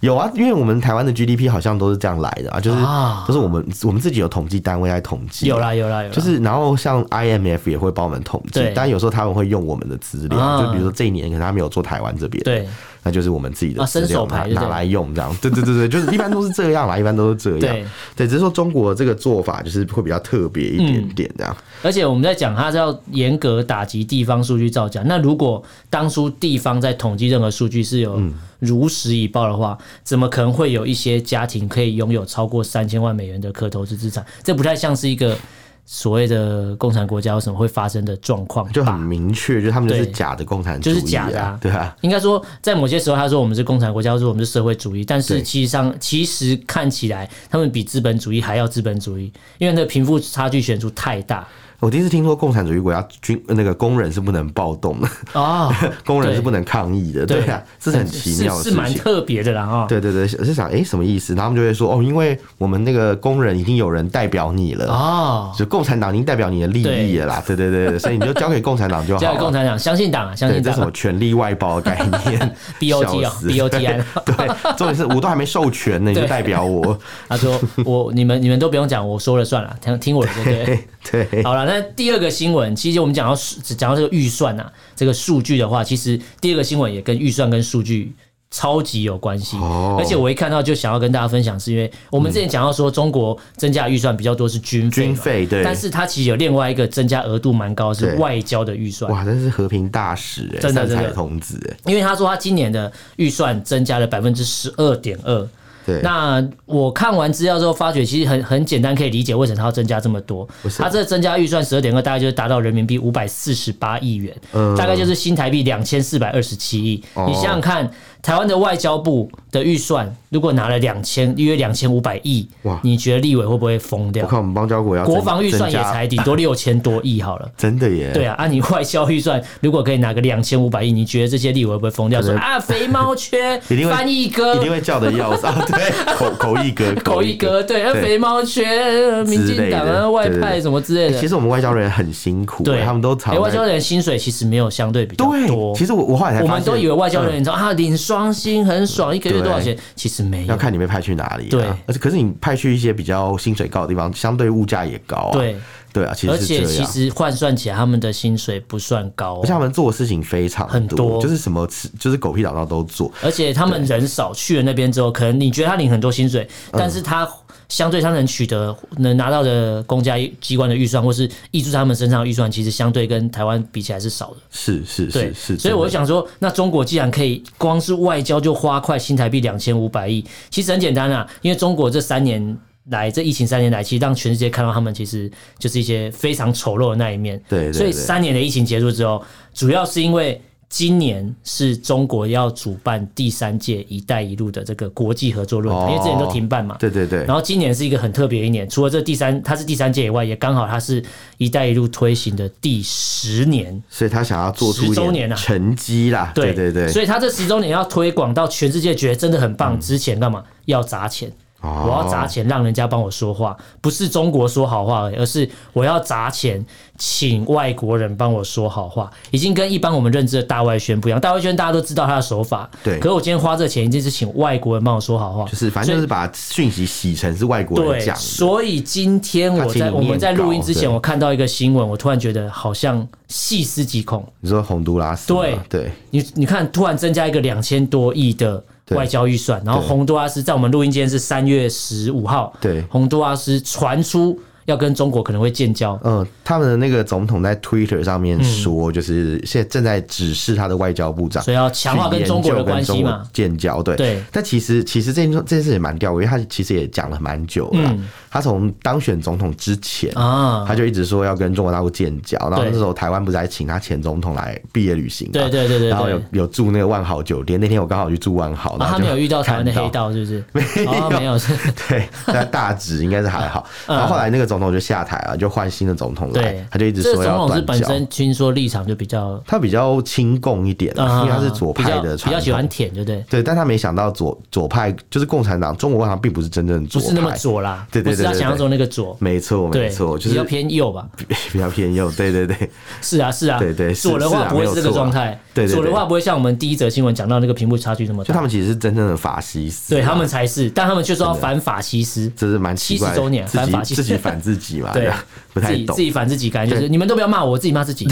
S1: 有啊，因为我们台湾的 GDP 好像都是这样来的啊，就是
S2: 啊
S1: 就是我们我们自己有统计单位来统计。啊
S2: 有。啦有啦有啦，
S1: 就是，然后像 IMF 也会帮我们统计
S2: 对，
S1: 但有时候他们会用我们的资料，
S2: 啊
S1: 就比如说这一年可能他没有做台湾这边，
S2: 对
S1: 那就是我们自己的
S2: 啊
S1: 资料
S2: 伸手牌
S1: 拿
S2: 就对了
S1: 拿来用这样。对对对对，就是一般都是这样啦，一般都是这样。
S2: (laughs) 对，
S1: 只是说中国这个做法就是会比较特别一点点这样。
S2: 而且我们在讲，它是要严格打击地方数据造假。那如果当初地方在统计任何数据是有
S1: 嗯
S2: 如实以报的话，怎么可能会有一些家庭可以拥有超过三千万美元的可投资资产？这不太像是一个所谓的共产国家为什么会发生的状况吧，
S1: 就很明确，就是他们就是
S2: 对
S1: 假的共产主义、
S2: 就
S1: 啊，
S2: 是假的啊
S1: 对啊，
S2: 应该说，在某些时候，他说我们是共产国家，或者我们是社会主义，但是
S1: 对
S2: 其实上，其实看起来他们比资本主义还要资本主义，因为那个贫富差距悬殊太大
S1: 我第一次听说共产主义国家军呃那个工人是不能暴动的， (laughs)
S2: 哦，
S1: 工人
S2: 对
S1: 是不能抗议的，
S2: 对
S1: 对啊，这是很奇妙的
S2: 是
S1: 事
S2: 是蛮
S1: 情。
S2: 特别的啦哦。
S1: 对对对，是想哎、诶什么意思？然后他们就会说哦，因为我们那个工人已经有人代表你了，
S2: 哦，
S1: 就共产党已经代表你的利益了啦。对对对对，所以你就交给共产党就
S2: (laughs) 交
S1: 好
S2: 给共
S1: 了。
S2: 产党，相信党啊，相
S1: 对，
S2: 信
S1: 哎这是
S2: 党
S1: 什么
S2: 啊
S1: 权力外包的概
S2: (laughs)
S1: 念
S2: BOT
S1: 笑
S2: 啊
S1: 死
S2: BOT 啊。
S1: (laughs) 对，重点是我都还没授权呢，你就
S2: 对
S1: 代表我。
S2: (laughs) 他说我你们你们都不用讲，我说了算了，听听我的就 (laughs) 对了。
S1: (laughs) 对，
S2: 好了，那第二个新闻，其实我们讲到只讲到这个预算啊，这个数据的话，其实第二个新闻也跟预算跟数据超级有关系。
S1: 哦
S2: 而且我一看到就想要跟大家分享，是因为我们之前讲到说中国增加预算比较多是军费嘛，
S1: 军费对
S2: 但是它其实有另外一个增加额度蛮高的是
S1: 对
S2: 外交的预算。
S1: 哇，真是和平大使哎，
S2: 真的
S1: 三
S2: 真的
S1: 彩童子哎，
S2: 因为他说他今年的预算增加了百分之十二点二。
S1: 对
S2: 那我看完资料之后，发觉其实很很简单，可以理解为什么他要增加这么多。
S1: 什
S2: 他
S1: 么
S2: 这增加预算十二点二，大概就是达到人民币五百四十八亿元，大概就是新台币两千四百二十七亿。
S1: 嗯哦
S2: 你想想看，台湾的外交部的预算如果拿了两千约两千五百亿
S1: 哇，
S2: 你觉得立委会不会疯
S1: 我
S2: 掉？
S1: 看我们邦交国要
S2: 国
S1: 增
S2: 防预算
S1: 增
S2: 也
S1: 加
S2: 才顶多六千多亿好了。
S1: 真的耶，
S2: 对啊，按、你外销预算，如果可以拿个两千五百亿，你觉得这些立委会不会疯掉？说啊，肥猫 (laughs) 缺
S1: 一定会
S2: 翻译哥
S1: 一，定会叫的
S2: (laughs)
S1: 要死。啊对，口口译哥，哎
S2: 口译哥，对，啊肥猫缺呃民进党
S1: 之类
S2: 啊，
S1: 的
S2: 外
S1: 对对
S2: 派
S1: 对
S2: 什么之类
S1: 欸其
S2: 的。
S1: 实我们外交人员很辛苦，
S2: 对，
S1: 他们都常
S2: 哎外
S1: 在
S2: 交人员薪水其实没有相对比较多
S1: 对。。其实我我后来才
S2: 我
S1: 发
S2: 们
S1: 现，
S2: 都以为外交人员你知道啊，领双薪很爽，一个月多少钱？其实没
S1: 要
S2: 有。
S1: 看你被派去哪里、啊，
S2: 对
S1: 而且可是你派去一些比较薪水高的地方，相对物价也高啊，
S2: 对，
S1: 对啊，其
S2: 而
S1: 实
S2: 且
S1: 是这
S2: 其
S1: 样。
S2: 实换算起来，他们的薪水不算高
S1: 而且
S2: 哦，
S1: 他们做的事情非常
S2: 很多
S1: 就是什么吃就是狗屁倒灶都做，
S2: 而且他们人少，去了那边之后，可能你觉得他领很多薪水，但是他相对他能取得、能拿到的公家机关的预算，或是溢出他们身上的预算，其实相对跟台湾比起来是少的。
S1: 是是
S2: 对，
S1: 是是，
S2: 所以我就想说，那中国既然可以光是外交就花快新台币两千五百亿，其实很简单啊，因为中国这三年。来，这疫情三年来，其实让全世界看到他们其实就是一些非常丑陋的那一面。
S1: 对对
S2: 所以
S1: 对
S2: 三年的疫情结束之后，主要是因为今年是中国要主办第三届“一带一路”的这个国际合作论坛，
S1: 哦
S2: 因为之前都停办嘛。
S1: 对对对，
S2: 然后今年是一个很特别的一年，除了这第三，它是第三届以外，也刚好它是“一带一路”推行的第十年。
S1: 所以他想要做出
S2: 10周
S1: 一
S2: 年
S1: 点
S2: 啊
S1: 成绩啦，对对对，嗯
S2: 所以他这十周年要推广到全世界，觉得真的很棒。之前干嘛要砸钱？
S1: 哦
S2: 我要砸钱让人家帮我说话，不是中国说好话而已，而是我要砸钱请外国人帮我说好话，已经跟一般我们认知的大外宣不一样。大外宣大家都知道他的手法，
S1: 对
S2: 可是我今天花这钱，一定是请外国人帮我说好话，
S1: 就是反正就是把讯息洗成是外国
S2: 对
S1: 人，讲的，
S2: 所以今天我
S1: 他请
S2: 在
S1: 你
S2: 我们
S1: 念
S2: 在录音
S1: 稿
S2: 之前，
S1: 对
S2: 我看到一个新闻，我突然觉得好像细思极恐。
S1: 你说洪都拉斯嘛
S2: 对
S1: 对，
S2: 你你看，突然增加一个两千多亿的
S1: 对
S2: 外交预算，然后
S1: 对
S2: 洪都拉斯在我们录音间是三月十五号，
S1: 对
S2: 洪都拉斯传出要跟中国可能会建交，
S1: 嗯，他们的那个总统在 Twitter 上面
S2: 嗯
S1: 说，就是现在正在指示他的外交部长，
S2: 所以要强化跟中国的关系嘛。
S1: 建交对
S2: 对
S1: 但其实其实这件这件事也蛮吊诡，因为他其实也讲了蛮久
S2: 嗯
S1: 了啦。他从当选总统之前
S2: 啊
S1: 他就一直说要跟中国大陆建交，然后
S2: 对
S1: 那时候台湾不是还请他前总统来毕业旅行嘛，
S2: 对对对对
S1: 然后
S2: 对
S1: 有有住那个万豪酒店，那天我刚好去住万豪，然后
S2: 啊，他
S1: 就
S2: 们有遇到台湾的
S1: 看
S2: (laughs) 黑道是不
S1: (laughs)
S2: 是？哦，没有，是
S1: 对，但大致应该是还好。然后后来那个总统就下台了，就换新的总统
S2: 嗯对
S1: 来，他就一直
S2: 这
S1: 说
S2: 个
S1: 要
S2: 总统是
S1: 断
S2: 本
S1: 交。
S2: 身听说立场就比较，啊
S1: 他比较亲共一点啦，啊因为他是左派的
S2: 比较比较
S1: 传
S2: 喜欢
S1: 统。
S2: 舔，对不对？
S1: 对，但他没想到左左派就是共产党，中国共产党并不是真正的
S2: 不
S1: 左
S2: 是那么
S1: 派，
S2: 左啦，
S1: 对对对
S2: 不是他
S1: 对对
S2: 想象中那个左，
S1: 没错
S2: 对，
S1: 没错，就
S2: 比较
S1: 是
S2: 偏右吧。
S1: (laughs) 比较偏右，对对对
S2: 是啊，是啊，
S1: 对对
S2: 左的
S1: 是是
S2: 话
S1: 啊
S2: 不会是这个
S1: 没有错啊
S2: 状态，
S1: 对对对
S2: 左的话不会像我们第一则新闻讲到那个贫富差距这么
S1: 就
S2: 大
S1: 他。们其实是真正的法西斯啊，
S2: 对他们才是，但他们却说要反法西斯，
S1: 这是蛮奇怪
S2: 70周年
S1: 的，自
S2: 反法西
S1: 己
S2: 斯
S1: 自己反自己嘛，
S2: (laughs) 对
S1: 这样不
S2: 自
S1: 太
S2: 己
S1: 懂
S2: 自。己反自己感觉就是你们都不要骂我，我自己骂
S1: (laughs)
S2: 自己。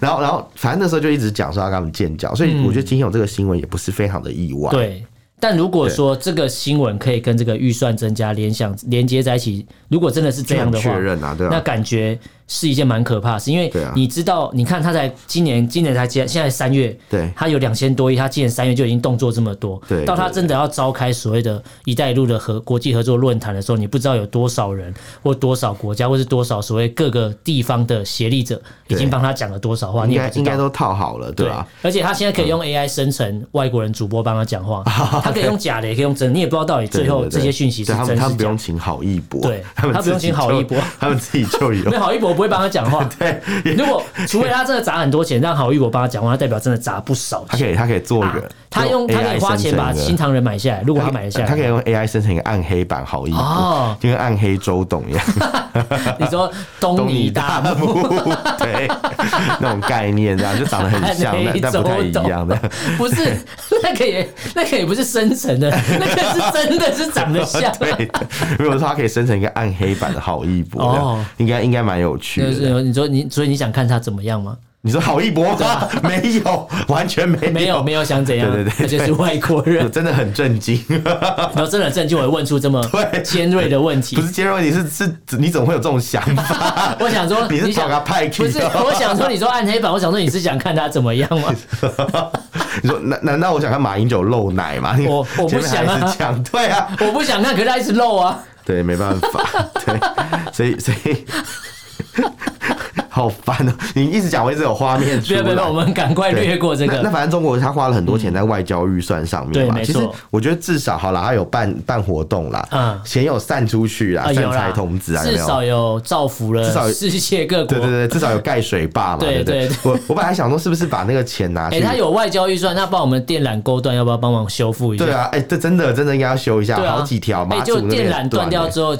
S1: 然后然后反正那时候就一直讲说要跟他们建交，所以我觉得今天有这个新闻也不是非常的意外。
S2: 嗯对，但如果说这个新闻可以跟这个预算增加联想连接在一起，如果真的是这样的
S1: 就
S2: 话，
S1: 很确认啊对啊
S2: 那感觉是一件蛮可怕的事，因为
S1: 对啊
S2: 你知道，你看他在今年，今年才接，现在三月，
S1: 对
S2: 他有两千多亿，他今年三月就已经动作这么多，
S1: 对
S2: 到他
S1: 对
S2: 真的要召开所谓的“一带一路”的合国际合作论坛的时候，你不知道有多少人或多少国家，或是多少所谓各个地方的协力者已经
S1: 对
S2: 帮他讲了多少话，
S1: 应
S2: 你也
S1: 该
S2: 不知
S1: 应该
S2: 道。
S1: 都套好了，对啊吧、
S2: 而且他现在可以用 AI 生成外国人主播帮他
S1: (laughs)
S2: 讲话，他可以用假的，也可以用真的，你也不知道到底
S1: 对
S2: 最后
S1: 对对
S2: 这些讯息是
S1: 对他
S2: 真
S1: 们他
S2: 是
S1: 们不
S2: 假
S1: 用
S2: 的。
S1: 请好一博，
S2: 对
S1: 他们
S2: 他不用
S1: 自己
S2: 请好
S1: 就
S2: 一博
S1: (laughs) 他们自己就
S2: (laughs)
S1: 有 (laughs) 哎
S2: 那。好一博不会帮他讲话，
S1: 对，
S2: (laughs) 如果除非他真的砸很多钱，让好玉我帮他讲话，那代表真的砸不少
S1: 他可
S2: 钱。
S1: 以他可以做人，
S2: 啊他用他可以
S1: AI
S2: 花钱把
S1: 生成一个
S2: 新唐人买下来，如果他
S1: 可以
S2: 买得下来，
S1: 他可以用 AI 生成一个暗黑版好一博，
S2: 哦
S1: 就跟暗黑周董一样，
S2: 你说东
S1: 东
S2: 尼
S1: 尼
S2: 大
S1: 大
S2: 木，
S1: 木， (laughs) 对，那种概念这样就长得很像，
S2: (laughs) 暗黑
S1: 但但不太一
S2: 周董
S1: 样的。。
S2: (laughs) 不是那个也那个也不是生成的， (laughs) 那个是真的是长得像
S1: (laughs) 对，如果说他可以生成一个暗黑版的好一博，这
S2: 哦
S1: 样应该应该蛮有趣
S2: 就
S1: 的。
S2: 是你说你，所以你想看他怎么样吗？
S1: 你说好一博吗？没有，完全 (laughs) 没有，
S2: 没有，没有想怎样，
S1: 对对
S2: 他
S1: 对
S2: 就是外国
S1: 我 (laughs)
S2: 人。
S1: 真的很震
S2: (laughs)
S1: 惊。
S2: 然后真的证据我问出这么
S1: 对
S2: 尖锐的问题
S1: 不，是接受问题，是是，你怎么会有这种想
S2: (laughs)？
S1: 法
S2: 我想说
S1: (laughs) 你是
S2: 你想
S1: 找他派
S2: 不
S1: 去
S2: 是？我想说，你说暗黑版，我想说你是想看他怎么样
S1: (laughs)
S2: 吗？
S1: 你说难难道我想看马英九露奶吗？
S2: 我我不想啊
S1: 前面还是讲对啊，
S2: 我不想看，可是他一直漏啊。
S1: 对，没办 (laughs) 法，对，所以所以好烦哦、你一直讲，我一直有画面出
S2: 不
S1: 来。
S2: 要不要，我们赶快
S1: 对
S2: 略过这
S1: 那嗯那
S2: 个。
S1: 反正中国他花了很多钱在外交预算上面
S2: 对
S1: 嘛。
S2: 没
S1: 其实
S2: 错
S1: 我觉得至少好啦，他有办办活动啦，
S2: 嗯
S1: 钱有散出去啦，
S2: 啊，有
S1: 散
S2: 啦
S1: 财，童子啊，有
S2: 至
S1: 没有？
S2: 少有造福
S1: 至少
S2: 了
S1: 有
S2: 世界各
S1: 对对
S2: 国。
S1: 对，至少有盖水坝嘛，对
S2: 对
S1: 不
S2: 对
S1: 对？我我本来想说，是不是把那个钱拿
S2: 哎，
S1: 去？
S2: 他有外交预算，那帮我们电缆钩断，要不要帮忙修复一
S1: 对
S2: 下？
S1: 啊，哎，这真的真的应该要修一下，
S2: 对啊，
S1: 好几条
S2: 哎，
S1: 嘛，
S2: 就
S1: 马祖那边
S2: 电
S1: 也
S2: 缆断
S1: 欸
S2: 掉之后，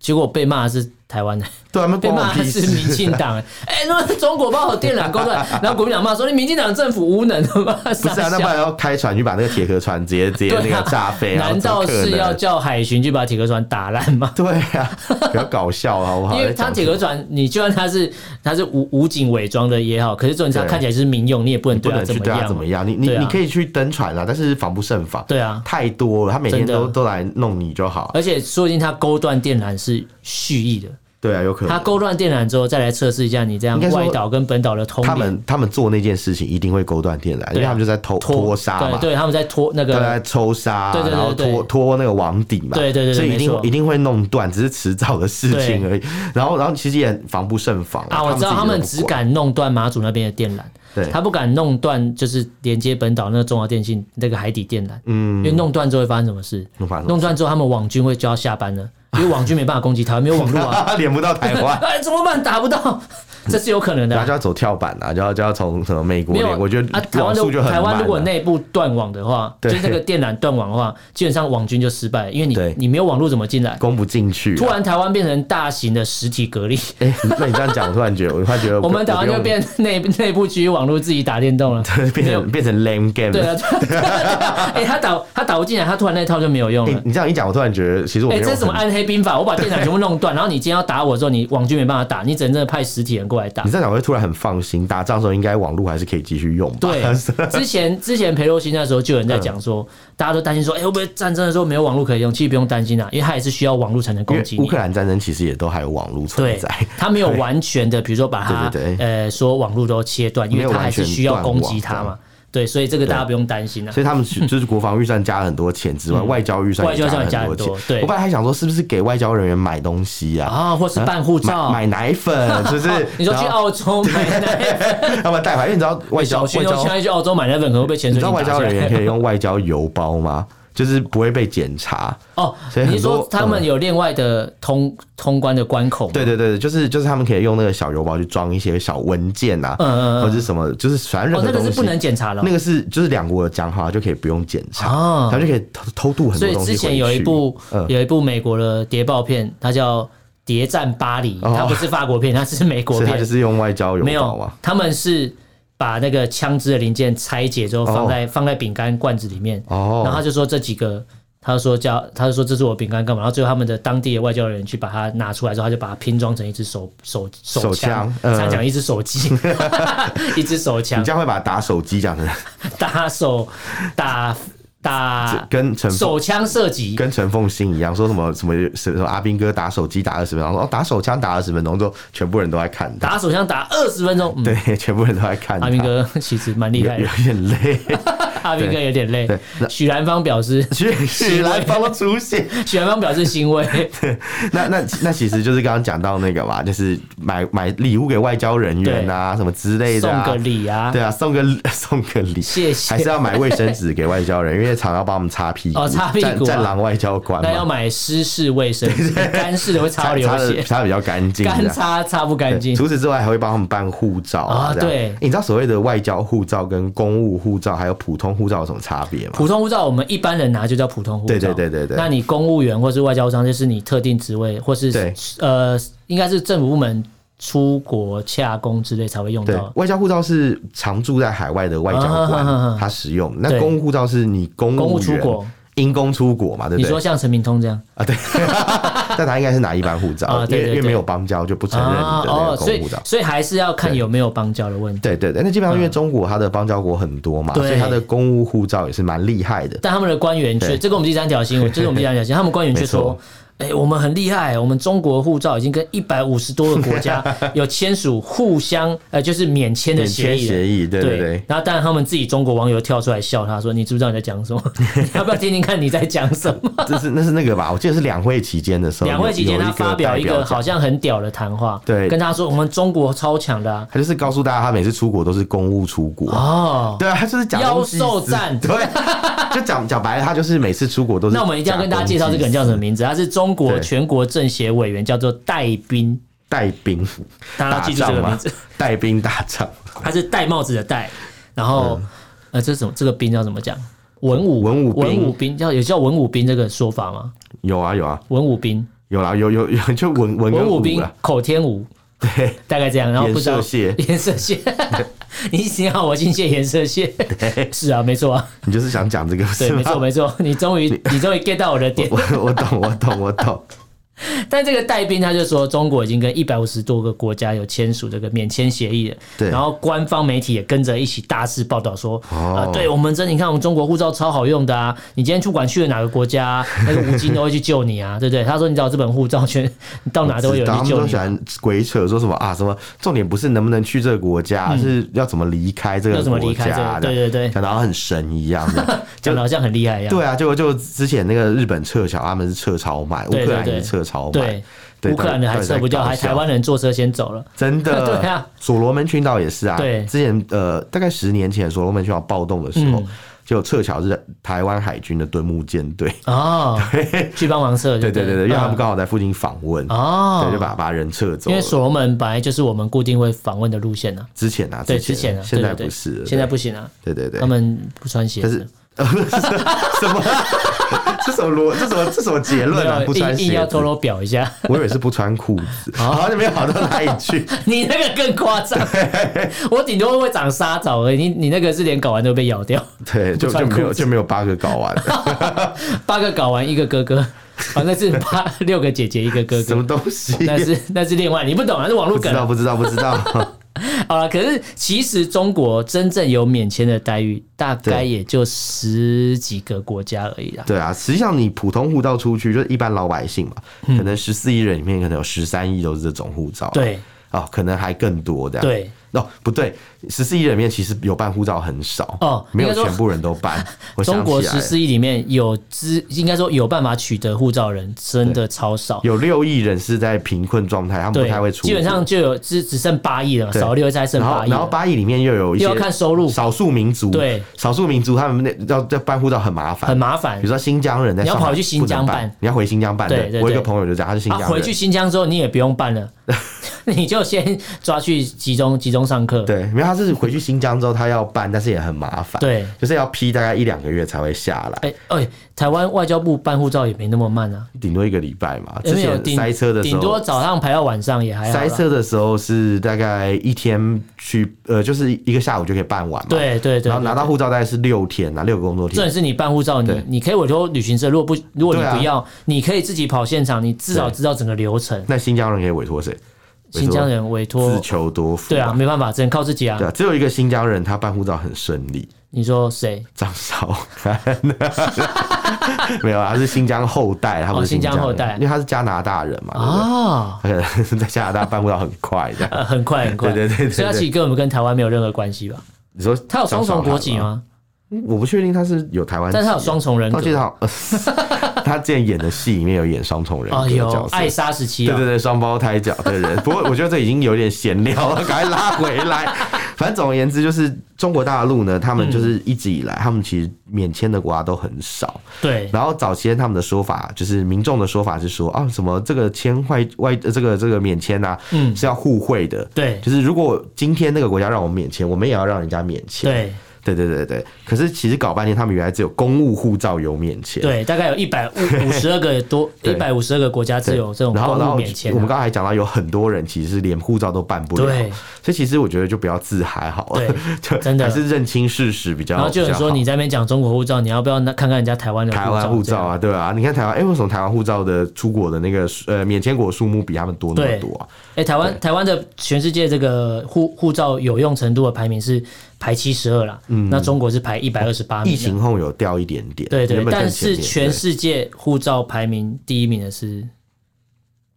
S2: 结果被骂的是
S1: (laughs)
S2: 台湾的，
S1: 对啊，那
S2: 被
S1: 关
S2: 骂
S1: 我
S2: 的
S1: 屁
S2: 是民
S1: (laughs) 事。
S2: 进党。哎，那中国把我电缆钩
S1: (laughs)
S2: 断，然后国民党骂说你民进党政府无能， (laughs) 他妈
S1: 不是啊，那不然要开船去把那个铁壳船直接直接那
S2: 对啊
S1: 个炸
S2: (laughs)
S1: 飞啊？
S2: 难
S1: 怎
S2: 道
S1: 么可能
S2: 是要？叫海巡去把铁壳船打烂吗？
S1: 对啊， (laughs) 比较搞笑啊好不哎好？
S2: 因为它铁壳船，你就算它是它是武武警伪装的也好，可是重点是它
S1: 对
S2: 看起来是民用，你也不能
S1: 不
S2: 对它
S1: 能
S2: 怎
S1: 去
S2: 么
S1: 对他
S2: 样
S1: 怎么
S2: 嘛。
S1: 样，你你
S2: 对啊
S1: 你可以去登船啊，但是防不胜防。
S2: 对啊，
S1: 太多了，他每天
S2: 真的呃
S1: 都都来弄你就好。
S2: 而且说不定它勾断电缆是蓄意的，
S1: 对啊，有可
S2: 它
S1: 能
S2: 勾断电缆之后再来测试一下你这样
S1: 应该说
S2: 外岛跟本岛的通
S1: 他
S2: 联
S1: 们他们做那件事情一定会勾断电缆，因为他们就在偷拖沙
S2: 啊对
S1: 嘛，
S2: 对，他们在拖那
S1: 他们
S2: 个
S1: 在抽沙，
S2: 对对对
S1: 然后
S2: 对
S1: 拖拖那个网底嘛，
S2: 对对对对
S1: 所以一
S2: 没
S1: 定
S2: 错
S1: 一定会弄断，只是迟早的事情而已。然后然后其实也防不胜防
S2: 啊，我知道他
S1: 他们
S2: 们
S1: 自己
S2: 只
S1: 都不管
S2: 敢弄断马祖那边的电缆，
S1: 对
S2: 他不敢弄断就是连接本岛那个中华电信那个海底电缆，嗯，因为弄断之后会发生什么事？
S1: 会发生什么事
S2: 弄断之后他们网军会就要下班了，因为网军没办法攻击台湾，没有网络啊，
S1: (laughs) 连不到
S2: (laughs)
S1: 台湾。
S2: 哎，怎么办？打不到，这是有可能的
S1: 然后
S2: 啊、
S1: 嗯就要走跳板啊，就要就要从什么美国
S2: 没有
S1: 连，我觉得
S2: 啊，台湾
S1: 网速就
S2: 如
S1: 很慢
S2: 台
S1: 啊、
S2: 湾如果内部断网的话，就
S1: 对
S2: 是那个电缆断网的话，基本上网军就失败了，因为你
S1: 对
S2: 你没有网络怎么进来？
S1: 攻不进去啊、
S2: 突然台湾变成大型的实体隔离，
S1: 哎、那你这样讲，我突然觉得，我突然觉得
S2: (laughs) 我们台
S1: 打
S2: 湾
S1: 完
S2: 就变内内部区域网络自己打电动了。
S1: (laughs) 变成变成 lame game
S2: 对
S1: 了。
S2: 啊，对啊，哎，他打他打不进来，他突然那套就没有用
S1: 哎
S2: 了。
S1: 你这样一讲，我突然觉得，其实我
S2: 哎、
S1: 没有
S2: 这是什么
S1: 很
S2: 暗黑兵法？我把电缆全部弄断，然后你今天要打我的时候，你网军没办法打，你只能真的派实体人过来打
S1: 你。这样讲，我会突然很放心。打仗的时候，应该网络还是可以继续用吧？，
S2: 对
S1: (laughs) 是啊嗯
S2: 之前之前裴洛西那时候就有人在讲说，大家都担心说，哎、会不会战争的时候没有网络可以用？其实不用担心啊，因为它也是需要网络才能
S1: 因为
S2: 攻击
S1: 乌
S2: 你
S1: 克。兰战争其实也都还有网络
S2: 对
S1: 存在，，
S2: (laughs) 它没有完全的，比如说把它
S1: 对对对
S2: 呃说网络都切断，因
S1: 没
S2: 为
S1: 有
S2: 它还
S1: 完
S2: 是
S1: 全
S2: 需要攻
S1: 断
S2: 击它
S1: 网
S2: 嘛。对，所以这个大家不用担心啊。
S1: 所以他们就是国防预算加了很多钱之外，外交预算也
S2: 嗯外交预算
S1: 了
S2: 也加
S1: 很
S2: 很多
S1: 钱。
S2: 对
S1: 我本来还想说，是不是给外交人员买东西啊？
S2: 啊，或是办护照，
S1: 买买奶粉，就是
S2: (laughs) 你说去
S1: 然后
S2: 澳洲买奶粉，
S1: (laughs) 他们带回来，因为你知道外交
S2: 小
S1: 外
S2: 心哦，
S1: 交
S2: 现，在去澳洲买奶粉可能会被潜
S1: 你
S2: 水
S1: 知道
S2: 艇
S1: 外
S2: 打下
S1: 交人员
S2: 来。
S1: 可以用外交邮包吗？ (laughs) 就是不会被检查。
S2: 哦，
S1: 所以
S2: 你
S1: 很
S2: 是说
S1: 多嗯
S2: 他们有另外的通通关的关口吗？
S1: 对对对，就是就是他们可以用那个小邮包去装一些小文件啊，
S2: 嗯嗯嗯
S1: 或者是什么，就是反正任
S2: 哦，那
S1: 何
S2: 个
S1: 东西。
S2: 是不能检查的哦
S1: 那。个是就是两国讲好就可以不用检查，
S2: 哦
S1: 他就可以偷偷渡很
S2: 所
S1: 多
S2: 以
S1: 东西嗯
S2: 之前有一部有一部美国的谍报片，它叫《谍战巴黎》，
S1: 哦
S2: 它不是法国片，它是美国
S1: 所以他就
S2: 片，
S1: 是用外交邮
S2: 没
S1: 包
S2: 有
S1: 啊，，
S2: 他们是。把那个枪支的零件拆解之后，放在、放在饼干罐子里面，
S1: 哦
S2: 然后他就说这几个，他就说叫，他就说这是我饼干干嘛？然后最后他们的当地的外交人员去把它拿出来之后，他就把它拼装成一支手手手
S1: 手
S2: 枪
S1: 枪，嗯
S2: 想讲一支
S1: (laughs)
S2: 手机，一支手枪啊
S1: 你这样会把打手机讲成
S2: 打手打打
S1: 跟陈凤
S2: 手枪射击，
S1: 跟陈凤新一样，说什么什么什么阿兵哥打手机打二十分钟，说哦打手枪打二十分钟，之后全部人都在看他，
S2: 打手枪打二十分钟。嗯，
S1: 对，全部人都在看他，
S2: 阿明哥其实蛮厉
S1: 有
S2: 害
S1: 有
S2: 的，
S1: 点累。
S2: (laughs) 阿明哥有点累
S1: 对。
S2: 许兰芳
S1: (laughs)
S2: 表示，
S1: 许许来帮我出
S2: (laughs)
S1: 现，
S2: 许兰芳表示欣慰。
S1: (laughs) 那那那其实就是刚刚讲到那个嘛，就是买买礼物给外交人员啊，什么之类的、
S2: 送
S1: 啊，
S2: 个礼啊
S1: 对，啊，送个送个礼， (laughs)
S2: 谢谢
S1: 还是要买卫生纸给外交人，因为常要帮我们擦屁股，
S2: (laughs) 哦擦屁股啊
S1: 战战狼外交官
S2: 那要
S1: 嘛，
S2: 买湿式卫生纸，干式的会擦到
S1: 擦
S2: 流
S1: 擦的
S2: 血，
S1: 擦的比较干净，这
S2: 干
S1: 样
S2: 擦擦不干净。
S1: 除此之外，还会帮他们办护照啊。
S2: 啊
S1: 这样
S2: 对
S1: 欸你知道所谓的外交护照、跟公务护照还有普通护照有什么差别吗？
S2: 普通护照我们一般人拿就叫普通护照，
S1: 对对对对对
S2: 那你公务员或是外交商，就是你特定职位或是
S1: 对
S2: 呃，应该是政府部门出国洽公之类才会用
S1: 对
S2: 到，。
S1: 外交护照是常驻在海外的外交
S2: 啊
S1: 官
S2: 哈哈哈
S1: 他使用，那
S2: 对
S1: 公务护照是你公
S2: 公务
S1: 务
S2: 出
S1: 员
S2: 国
S1: 因公出国嘛，对
S2: 你
S1: 不
S2: 说
S1: 对？
S2: 像陈明通这样
S1: 啊，对， (laughs) 但他应该是拿一般护
S2: 啊
S1: 照，因
S2: 对
S1: 为
S2: 对
S1: 因为
S2: 对啊哦
S1: 没有邦交就不承认你的那个
S2: 所
S1: 公务
S2: 以
S1: 护照。
S2: 所以还是要看
S1: 对
S2: 有没有邦交的问题。
S1: 对对对，那基本上因为中国它的邦交国很多嘛，
S2: 对
S1: 所以它的公务护照也是蛮厉害的。
S2: 但他们的官员却，
S1: 对
S2: 这个我们第三条
S1: (laughs)
S2: 新闻，这是我们第三条新闻，他们官员却
S1: 没
S2: 说
S1: 错。
S2: 哎、我们很厉害，我们中国护照已经跟一百五十多个
S1: (laughs)
S2: 国家有签署互相呃，就是免签的
S1: 免
S2: 协
S1: 签
S2: 议了
S1: 协议，对对对。
S2: 然后，但他们自己中国网友跳出来笑他说：“你知不知道你在讲什么？
S1: (laughs)
S2: 你要不要听听看你在讲什么
S1: 这是那是那个吧？我记得是两会期间的时？”候，
S2: 两会期间，
S1: 有有
S2: 他
S1: 一个
S2: 发表一
S1: 代
S2: 个
S1: 讲
S2: 好像很屌的谈话，
S1: 对
S2: 跟他说：“我们中国超强的、啊、
S1: 他就是告诉大家，他每次出国都是公务出国。
S2: 哦。
S1: 对啊，他就是讲东西
S2: 妖兽
S1: 死 (laughs)
S2: 战 (laughs)
S1: 对，就讲讲白了，他就是每次出国都”是。
S2: 那我们一定要跟大家介绍这个人叫什么？名字？他是中国
S1: 对
S2: 全国政协委员，叫做戴斌，
S1: 带兵
S2: 大家要
S1: 打
S2: 记住这
S1: 仗
S2: 个名
S1: 吗
S2: 字。？
S1: 带兵打仗，
S2: 他是戴帽子的戴，然后、呃，这是什么？这个兵要怎么讲？文武
S1: 文嗯武兵
S2: 文武兵叫有叫文武兵这个说法吗？
S1: 有啊有啊
S2: 文武兵。
S1: 有啦有有有，就文文
S2: 文
S1: 跟武
S2: 武
S1: 啊
S2: 兵
S1: 啦，
S2: 口天吴，
S1: 对，
S2: 大概这样，然后不知道
S1: 颜色蟹
S2: 颜色蟹，
S1: (laughs)
S2: 你一直要我进谢颜色蟹，是啊，没错啊，
S1: 你就是想讲这个
S2: 对，
S1: 是
S2: 没
S1: 吗
S2: 错？没错，你终于你终于 get 到我的点。
S1: 我我懂我懂我
S2: (laughs)
S1: 懂，
S2: 但这个戴斌他就说，中国已经跟一百五十多个国家有签署这个免签协议了，
S1: 对
S2: 然后官方媒体也跟着一起大肆报道说，啊，
S1: 哦
S2: 对我们真的，你看我们中国护照超好用的啊，你今天不管去了哪个国家啊，那个吴京都会去救你啊，对 (laughs) 不对？他说你只要有这本护照全，你到哪都会有
S1: 知道
S2: 人
S1: 他
S2: 去
S1: 们
S2: 救
S1: 都
S2: 你
S1: 喜。欢鬼扯说什么啊什么，重点不是能不能去这个国家，而是要怎么离开这
S2: 嗯要
S1: 个
S2: 怎么
S1: 国
S2: 离开这个
S1: 家，
S2: 对对对
S1: 讲到很神一样的。
S2: (laughs) 讲的好像很厉害一样。
S1: 对啊，结果就之前那个日本撤侨，他们是撤超慢，乌
S2: 对
S1: 克
S2: 对
S1: 兰
S2: 对
S1: 也是撤超慢
S2: 对，，乌克兰的还撤不掉，还台湾人坐车先走了。
S1: 真的
S2: (laughs) 对啊，
S1: 所罗门群岛也是啊，
S2: 对
S1: 之前呃大概十年前所罗门群岛暴动的时候
S2: 嗯，
S1: 就撤侨是台湾海军的敦睦舰队，
S2: 哦，去帮忙撤就
S1: 对对
S2: 对
S1: 对对，因为他们刚好在附近访问，
S2: 嗯哦，
S1: 对，就把把人撤走
S2: 因
S1: 了
S2: 为。所罗门本来就是我们固定会访问的路线呢。
S1: 之前啊，
S2: 对，之前啊，
S1: 现在
S2: 对对对
S1: 不是了，
S2: 现在不行啊，
S1: 对对对
S2: 他，们不穿鞋
S1: 但
S2: 子
S1: 是。 (laughs) 什么？ (laughs) 这什么逻？这什么？这什么结论啊？
S2: 没有
S1: 不穿
S2: 硬硬
S1: 鞋
S2: 要哦
S1: 子
S2: 透，露表一下，
S1: (laughs)
S2: (laughs)
S1: 我以为是不穿裤子，好像没有好到哪里去。
S2: 你那个更
S1: (laughs)
S2: 夸张。我顶多会长沙枣而已，你你那个是连睾丸都被咬掉， (laughs)
S1: 对，就
S2: 不穿
S1: 就没
S2: 裤
S1: 有
S2: 子
S1: 就没有八个搞完，
S2: (laughs) 八个睾丸一个哥 (laughs) 哥，反正是八六个姐姐一个哥
S1: 什
S2: 哥
S1: 么，东西？
S2: 那是那是另外你不懂啊，是网络
S1: 不知
S2: 梗啊
S1: 道，。不知道，不知道。
S2: 好了，可是其实中国真正有免签的待遇，大概
S1: 对
S2: 也就十几个国家而已啦。
S1: 对啊，实际上你普通护照出去，就是一般老百姓嘛，
S2: 嗯
S1: 可能十四亿人里面可能有十三亿都是这种护照。
S2: 对
S1: 哦，可能还更多这样。
S2: 对，
S1: 哦，不对，十四亿人里面其实有办护照很少
S2: 哦
S1: 没
S2: 应
S1: 有
S2: 该说
S1: 全部人都办。我想
S2: 中国
S1: 起来
S2: 十
S1: 了
S2: 四亿里面有资，应该说有办法取得护照的人真的超少。
S1: 有六亿人是在贫困状态，他们不太会
S2: 对，
S1: 出国，
S2: 基本上就有只只剩八亿了，
S1: 对
S2: 少六亿才剩
S1: 然
S2: 八
S1: 后
S2: 亿
S1: 然后
S2: 了。
S1: 八亿里面又有一些
S2: 又要看收入
S1: 少数民族
S2: 对
S1: 少数民族他们那要要办护照很麻烦，
S2: 很麻
S1: 比
S2: 烦啊
S1: 如。说新疆人在
S2: 你要
S1: 上海
S2: 跑去新疆
S1: 不能
S2: 办
S1: 办，你要回新疆办。
S2: 对对
S1: 我有一
S2: 对
S1: 个朋友就这样，他是新疆
S2: 啊，
S1: 人，
S2: 回去新疆之后你也不用办
S1: (laughs)
S2: 了，你就先抓去集中集中上课。
S1: 对，因为他是回去新疆之后他要办，但是也很麻烦，，
S2: 对，
S1: 就是要批大概一两个月才会下来，
S2: 哎哎，台湾外交部办护照也没那么慢啊，
S1: 顶多一个礼拜嘛。
S2: 有
S1: 之
S2: 没有
S1: 前
S2: 顶
S1: 塞车的时
S2: 顶多
S1: 候。
S2: 早上排到晚上也还好啦。
S1: 塞车的时候是大概一天去，呃，就是一个下午就可以办完嘛。，
S2: 对对对，
S1: 然后拿
S2: 对
S1: 到护照大概是六天啊，六个工作
S2: 重
S1: 天
S2: 点。是你办护照，你
S1: 对
S2: 你可以委托旅行社，如果不如果你
S1: 对啊
S2: 不要，你可以自己跑现场，你至少
S1: 对
S2: 知道整个流程。
S1: 那新疆人可以委托谁？委托
S2: 新疆人委托
S1: 自，求多福。
S2: 对啊，，没办法，只能靠自己啊
S1: 对。啊，只有一个新疆人他办护照很顺利，
S2: 你说谁？
S1: 张韶
S2: (laughs)
S1: 涵。没有啊，他是新疆后代，他不
S2: 哦
S1: 是
S2: 新疆
S1: 疆
S2: 后
S1: 人
S2: 代
S1: 因为他是加拿大人嘛，对不对
S2: 啊？
S1: 他可能在加拿大办护照很快这
S2: 呃，
S1: 样。
S2: 很快很快，
S1: 对对对对对
S2: 所以他其实跟我们跟台湾没有任何关系吧？
S1: (laughs) 你说
S2: 他有双重国籍
S1: 张韶
S2: 吗？
S1: 涵吗？嗯我不确定他是有台湾籍，
S2: 但是他有双重人
S1: 啊他记
S2: 格
S1: 得好， (laughs) 他之前演的戏里面有演双重人
S2: 啊，
S1: 格的
S2: 有
S1: 角色，
S2: 艾莎时期
S1: 对
S2: 啊
S1: 对，对，双胞胎角的人。不过我觉得这已经有点闲聊了，赶快拉回来。反正总而言之，就是中国大陆呢，他们
S2: 嗯
S1: 就是一直以来，他们其实免签的国家都很少。
S2: 对
S1: 然后早先他们的说法，就是民众的说法是说啊，什么这个签外外呃这个这个免签啊，
S2: 嗯
S1: 是要互惠的。
S2: 对
S1: 就是如果今天那个国家让我们免签，我们也要让人家免签。
S2: 对
S1: 对对对对。可是其实搞半天，他们原来只有公务护照有免签。
S2: 对，大概有一百五五十二个多，一
S1: (laughs) 对
S2: 百五十二个国家
S1: 对
S2: 自有这种
S1: 然后然
S2: 公务
S1: 后
S2: 免签
S1: 我们
S2: 啊。
S1: 刚才还讲到，有很多人其实是连护照都办不了，
S2: 对
S1: 所以其实我觉得就不要自嗨好了
S2: 对，
S1: (laughs) 就
S2: 真的
S1: 还是认清事实比较。
S2: 然后就有人说
S1: 比较好
S2: 你在那边讲中国护照，你要不要那看看人家台湾的
S1: 台湾护
S2: 这
S1: 照
S2: 样？
S1: 啊，对啊，你看台湾，哎、为什么台湾护照的出国的那个呃免签国数目比他们多那么
S2: 对
S1: 多啊？
S2: 哎，台湾台湾的全世界这个护护照有用程度的排名是排七十二啦，那中国是排一百二十八名
S1: 嗯
S2: 啊
S1: 疫
S2: 的。
S1: 情后有掉一点点，
S2: 对对
S1: 原，本更
S2: 但
S1: 前
S2: 是
S1: 面
S2: 全
S1: 对
S2: 世界护照排名第一名的是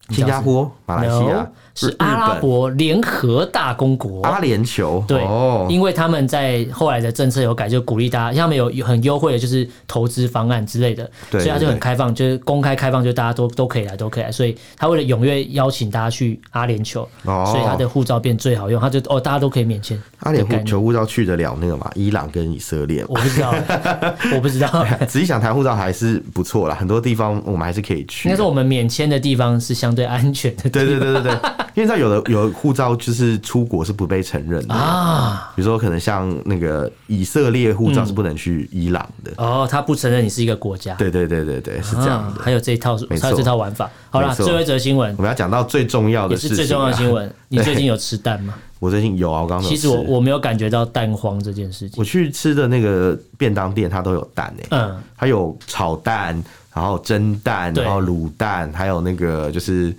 S1: 新加坡、马来西亚
S2: No，、是阿拉
S1: 日本、
S2: 伯联合大公国。
S1: 阿联酋，
S2: 哦对
S1: 哦，
S2: 因为他们在后来的政策有改，就鼓励大家，像他们有有很优惠的，就是投资方案之类的，
S1: 对
S2: 所以他就
S1: 对
S2: 很开放，就是公开开放，就大家都都可以来，都可以来。所以他为了踊跃邀请大家去阿联酋，
S1: 哦
S2: 所以他的护照变最好用，他就哦，大家都可以免签。
S1: 阿联
S2: 的概念
S1: 酋护照去得了那个嘛？伊朗跟以色列嘛
S2: 我不知道，
S1: (laughs)
S2: 我不知道。
S1: 仔细想，台湾护照还是不错啦，很多地方我们还是可以去
S2: 应
S1: 的。
S2: 该说我们免签的地方是相对安全的
S1: 对对对对对，因为你知道有的有的护照就是出国是不被承认的，
S2: 啊。
S1: 比如说可能像那个以色列护照是不能去伊朗的。
S2: 哦，他不承认你是一个国家，
S1: 对对对对对，是这样
S2: 啊
S1: 的。
S2: 还有这一套，
S1: 没错
S2: 还有这套玩法。好啦，
S1: 没错
S2: 最后一则新闻
S1: 我们要讲到最重要
S2: 也
S1: 的事情，
S2: 是
S1: 啊
S2: 最重要的新。
S1: (laughs)
S2: 闻。你最近有吃蛋吗？
S1: 我最近有啊，我刚刚有
S2: 其实我
S1: 吃
S2: 我没有感觉到蛋荒这件事情
S1: 我。去吃的那个便当店，它都有蛋欸诶、
S2: 嗯，
S1: 它有炒蛋，然后蒸蛋，
S2: 对
S1: 然后卤蛋，还有那个就是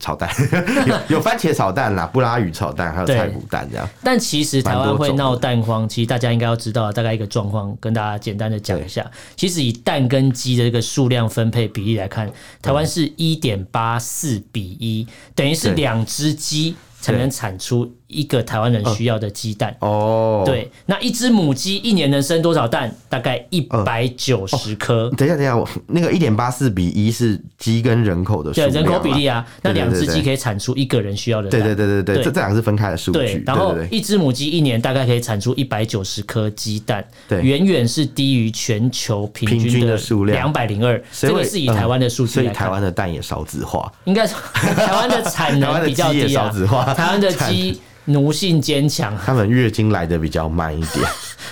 S1: 炒蛋， (laughs)
S2: (laughs)
S1: 有有番茄炒蛋啦，布拉鱼炒蛋，还有
S2: 对
S1: 菜脯蛋这样。
S2: 但其实台
S1: 蛮
S2: 湾
S1: 多
S2: 会
S1: 种的
S2: 闹蛋荒，其实大家应该要知道大概一个状况，跟大家简单的讲一下。其实以蛋跟鸡的这个数量分配比例来看，台湾是一点八四比一，等于是
S1: 嗯对
S2: 两只鸡才能产出一个台湾人
S1: 嗯
S2: 需要的鸡蛋。
S1: 哦，，
S2: 对，那一只母鸡一年能生多少蛋？大概一百九
S1: 哦
S2: 十颗。
S1: 等一下，等一下，我那个一点八四比一是鸡跟人口的数
S2: 对
S1: 量嘛
S2: 人口比例啊，那
S1: 对对
S2: 两只
S1: 对对
S2: 鸡可以产出一个人需要的
S1: 对
S2: 蛋。
S1: 对对对对，
S2: 对
S1: 这这两个是分开的数
S2: 对
S1: 据，
S2: 然后
S1: 对对对
S2: 一只母鸡一年大概可以产出一百九十颗鸡蛋，
S1: 对
S2: 远远是低于全球平
S1: 平
S2: 均
S1: 均的数量
S2: 两百零二。
S1: 所以
S2: 这个是以台湾的数据
S1: 嗯所以
S2: 来看，
S1: 台湾的蛋也少子化，
S2: 应该说台湾的
S1: (laughs)
S2: 产
S1: 台湾
S2: 能
S1: 的
S2: 比较
S1: 鸡也
S2: 低啊
S1: 少子化，
S2: 台湾的鸡奴性坚强，
S1: 他们月经来的比较慢一点，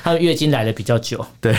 S2: 它的月经来的比较久。
S1: 对，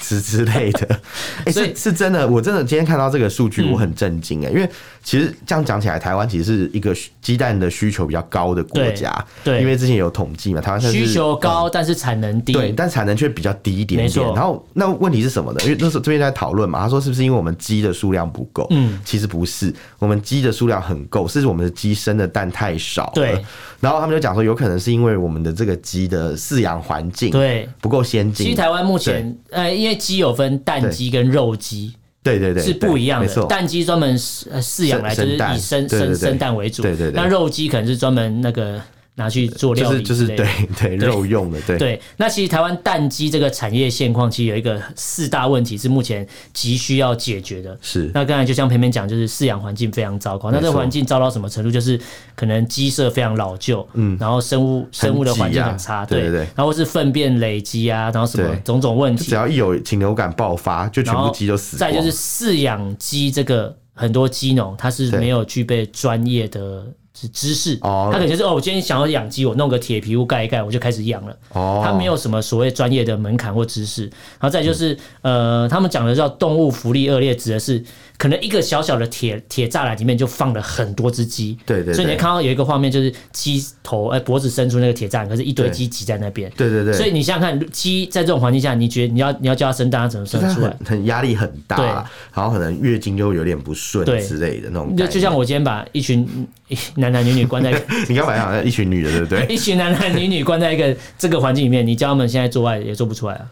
S1: 之之类的。哎、
S2: 所以嗯
S1: 是是真的，我真的今天看到这个数据，我很震惊哎、因为其实这样讲起来，台湾其实是一个需鸡蛋的需求比较高的国家，
S2: 对对
S1: 因为之前有统计嘛，台湾算是嗯
S2: 需求高，但是产能低。
S1: 对，但产能却比较低一点
S2: 没错
S1: 点。然后那问题是什么呢？因为那时候这边在讨论嘛，他说是不是因为我们鸡的数量不够？
S2: 嗯，
S1: 其实不是，我们鸡的数量很够，是我们的鸡生的蛋太少了。
S2: 对。
S1: 然后他们就讲说，有可能是因为我们的这个鸡的饲养环境
S2: 对
S1: 不够先进。
S2: 其实台湾目前，呃，因为鸡有分蛋鸡跟肉鸡。
S1: 对对对
S2: 是不一样
S1: 对没
S2: 的。
S1: 错。
S2: 蛋鸡专门饲呃饲养来，就
S1: 生
S2: 是
S1: 生蛋
S2: 以生
S1: 对对
S2: 生
S1: 对
S2: 生蛋为主。
S1: 对对对
S2: 那肉鸡可能是专门那个拿去做
S1: 就
S2: 料
S1: 是
S2: 理
S1: 就
S2: 之
S1: 是
S2: 类的
S1: 对。对肉用的对
S2: 对，那其实台湾蛋鸡这个产业现况，其实有一个四大问题是目前急需要解决的。
S1: 是
S2: 那刚才就像偏偏讲，就是饲养环境非常糟糕。那这个
S1: 没错
S2: 环境糟到什么程度？就是可能鸡舍非常老旧，嗯，然后生物生物的环境很差，
S1: 啊对对对
S2: 然后是粪便累积啊，然后什么
S1: 对
S2: 种种问题，
S1: 只要一有禽流感爆发，就全
S2: 然后
S1: 部鸡都死光
S2: 再
S1: 了。
S2: 就是饲养鸡这个很多鸡农他是
S1: 对
S2: 没有具备专业的知知识，
S1: 哦
S2: 他可能就是哦，我今天想要养鸡，我弄个铁皮屋盖一盖，我就开始养了。
S1: 哦，
S2: 他没有什么所谓专业的门槛或知识，然后再就是、呃，他们讲的叫动物福利恶劣，指的是可能一个小小的铁铁栅栏里面就放了很多只鸡，
S1: 对对对
S2: 所以你会看到有一个画面就是鸡头哎、脖子伸出那个铁栅栏，可是一堆
S1: 对
S2: 鸡挤在那边，
S1: 对对对，
S2: 所以你想想看，鸡在这种环境下，你觉得你要你要叫它生蛋，它怎么生
S1: 就是
S2: 得
S1: 它
S2: 出来
S1: 很？很压力很大
S2: 对
S1: 啦，然后可能月经就有点不顺
S2: 对
S1: 之类的那种概
S2: 就
S1: 念。
S2: 就像我今天把一群嗯一男男女女关在一个
S1: 你刚才讲的一群女的，对不
S2: (laughs)
S1: 对？
S2: 一群男男女女关在一个这个环境里面，你叫他们现在做爱也做不出来啊，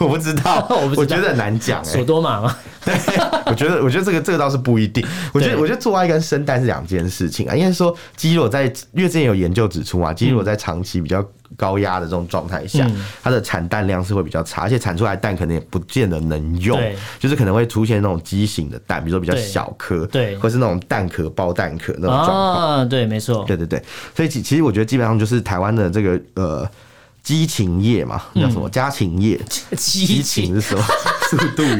S1: 我不知道，
S2: 我不知道
S1: 我觉得很难
S2: (laughs)
S1: 讲、
S2: 索
S1: 欸。
S2: 多玛嘛，
S1: (laughs) 我觉得，我觉得这个这个倒是不一定。我觉得，
S2: (laughs) 对
S1: 我觉得做爱跟生蛋是两件事情啊。应该说，肌肉在因为之前有研究指出
S2: 嗯
S1: 啊，肌肉在长期比较高压的这种状态下，它的产蛋量是会比较差，而且产出来的蛋可能也不见得能用
S2: 对，
S1: 就是可能会出现那种畸形的蛋，比如说比较
S2: 对
S1: 小颗，
S2: 对
S1: 或是那种蛋壳包蛋壳那种状况。
S2: 啊，对，没错，
S1: 对对对，所以其其实我觉得基本上就是台湾的这个呃激情业嘛，那叫什
S2: 嗯
S1: 么家禽业？
S2: 激
S1: 情
S2: 情
S1: 是什 (laughs) 么？速度与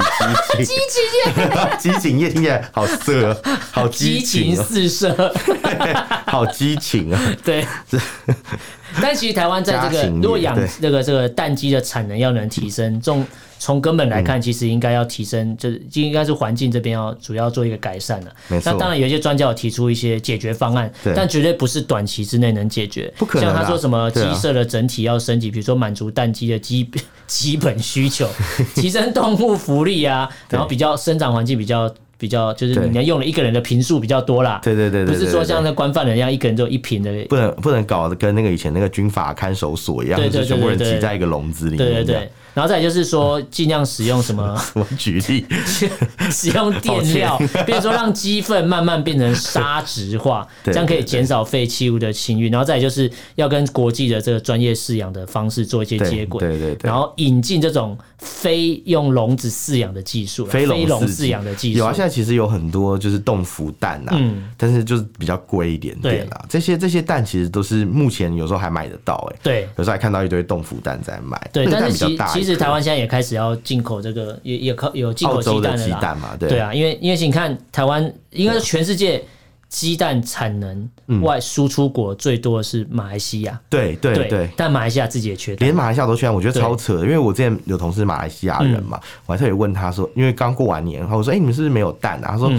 S1: 激情。激情业，激情业听起来好色哦，好激
S2: 激情
S1: 情哦，
S2: 四射，
S1: 好激情啊！ (laughs)
S2: 对。但其实台湾在这
S1: 家
S2: 个
S1: 禽业
S2: 如果养
S1: 对
S2: 这个这个蛋鸡的产能要能提升，从从根本来
S1: 嗯
S2: 看，其实应该要提升，就是应该是环境这边要主要做一个改善了。
S1: 没错
S2: 那当然有一些专家有提出一些解决方案
S1: 对，
S2: 但绝对不是短期之内能解决。
S1: 不可能啊
S2: 像他说什么鸡
S1: 对啊
S2: 舍的整体要升级，比如说满足蛋鸡的基
S1: (laughs)
S2: 基本需求， (laughs) 提升动物福利啊，然后比较生长环境比较。比较就是
S1: 对
S2: 你能用了一个人的频数比较多啦，
S1: 对对对对对
S2: 不是说像那官贩人一样一个人只有一瓶的
S1: 不能不能搞得跟那个以前那个军法看守所一样，
S2: 对对
S1: 就是全部人
S2: 对对对
S1: 挤在一个笼子里面。
S2: 对对对，，然后再来就是说，
S1: 嗯
S2: 尽量使用
S1: (laughs)
S2: 什么
S1: 我举例，
S2: 使用垫料，比如说让鸡粪慢慢变成沙质化，
S1: (laughs) 对
S2: 这样可以减少废弃物的侵运。然后再来就是要跟国际的这个专业饲养的方式做一些
S1: 对
S2: 接轨，
S1: 对对对
S2: 然后引进这种非用笼子饲养的技术，啊
S1: 飞龙
S2: 笼
S1: 四
S2: 饲
S1: 季
S2: 养的技术
S1: 有啊，现在其实有很多就是冻孵蛋啊，
S2: 嗯
S1: 但是就是比较贵一点点啦。这些这些蛋其实都是目前有时候还买得到、欸，
S2: 对。
S1: 有时候还看到一堆冻孵蛋在卖，
S2: 对，
S1: 那个
S2: 但
S1: 蛋比
S2: 是
S1: 较
S2: 其
S1: 大一
S2: 其实
S1: 颗
S2: 台湾现在也开始要进口这个，也也靠有进口
S1: 澳
S2: 鸡
S1: 洲的
S2: 蛋了
S1: 鸡
S2: 啦。
S1: 蛋嘛，对啊
S2: 对，啊，因为因为你看台湾，应该是全世界鸡蛋产能外输出国最多的是马来西亚，
S1: 对嗯对对。
S2: 但马来西亚自己也缺蛋
S1: 连，马来西亚都缺蛋，我觉得超扯的。因为我之前有同事马来西亚
S2: 嗯
S1: 人嘛，我还特别问他说，因为刚过完年，然后我说：“哎、你们是不是没有蛋啊？”他说：“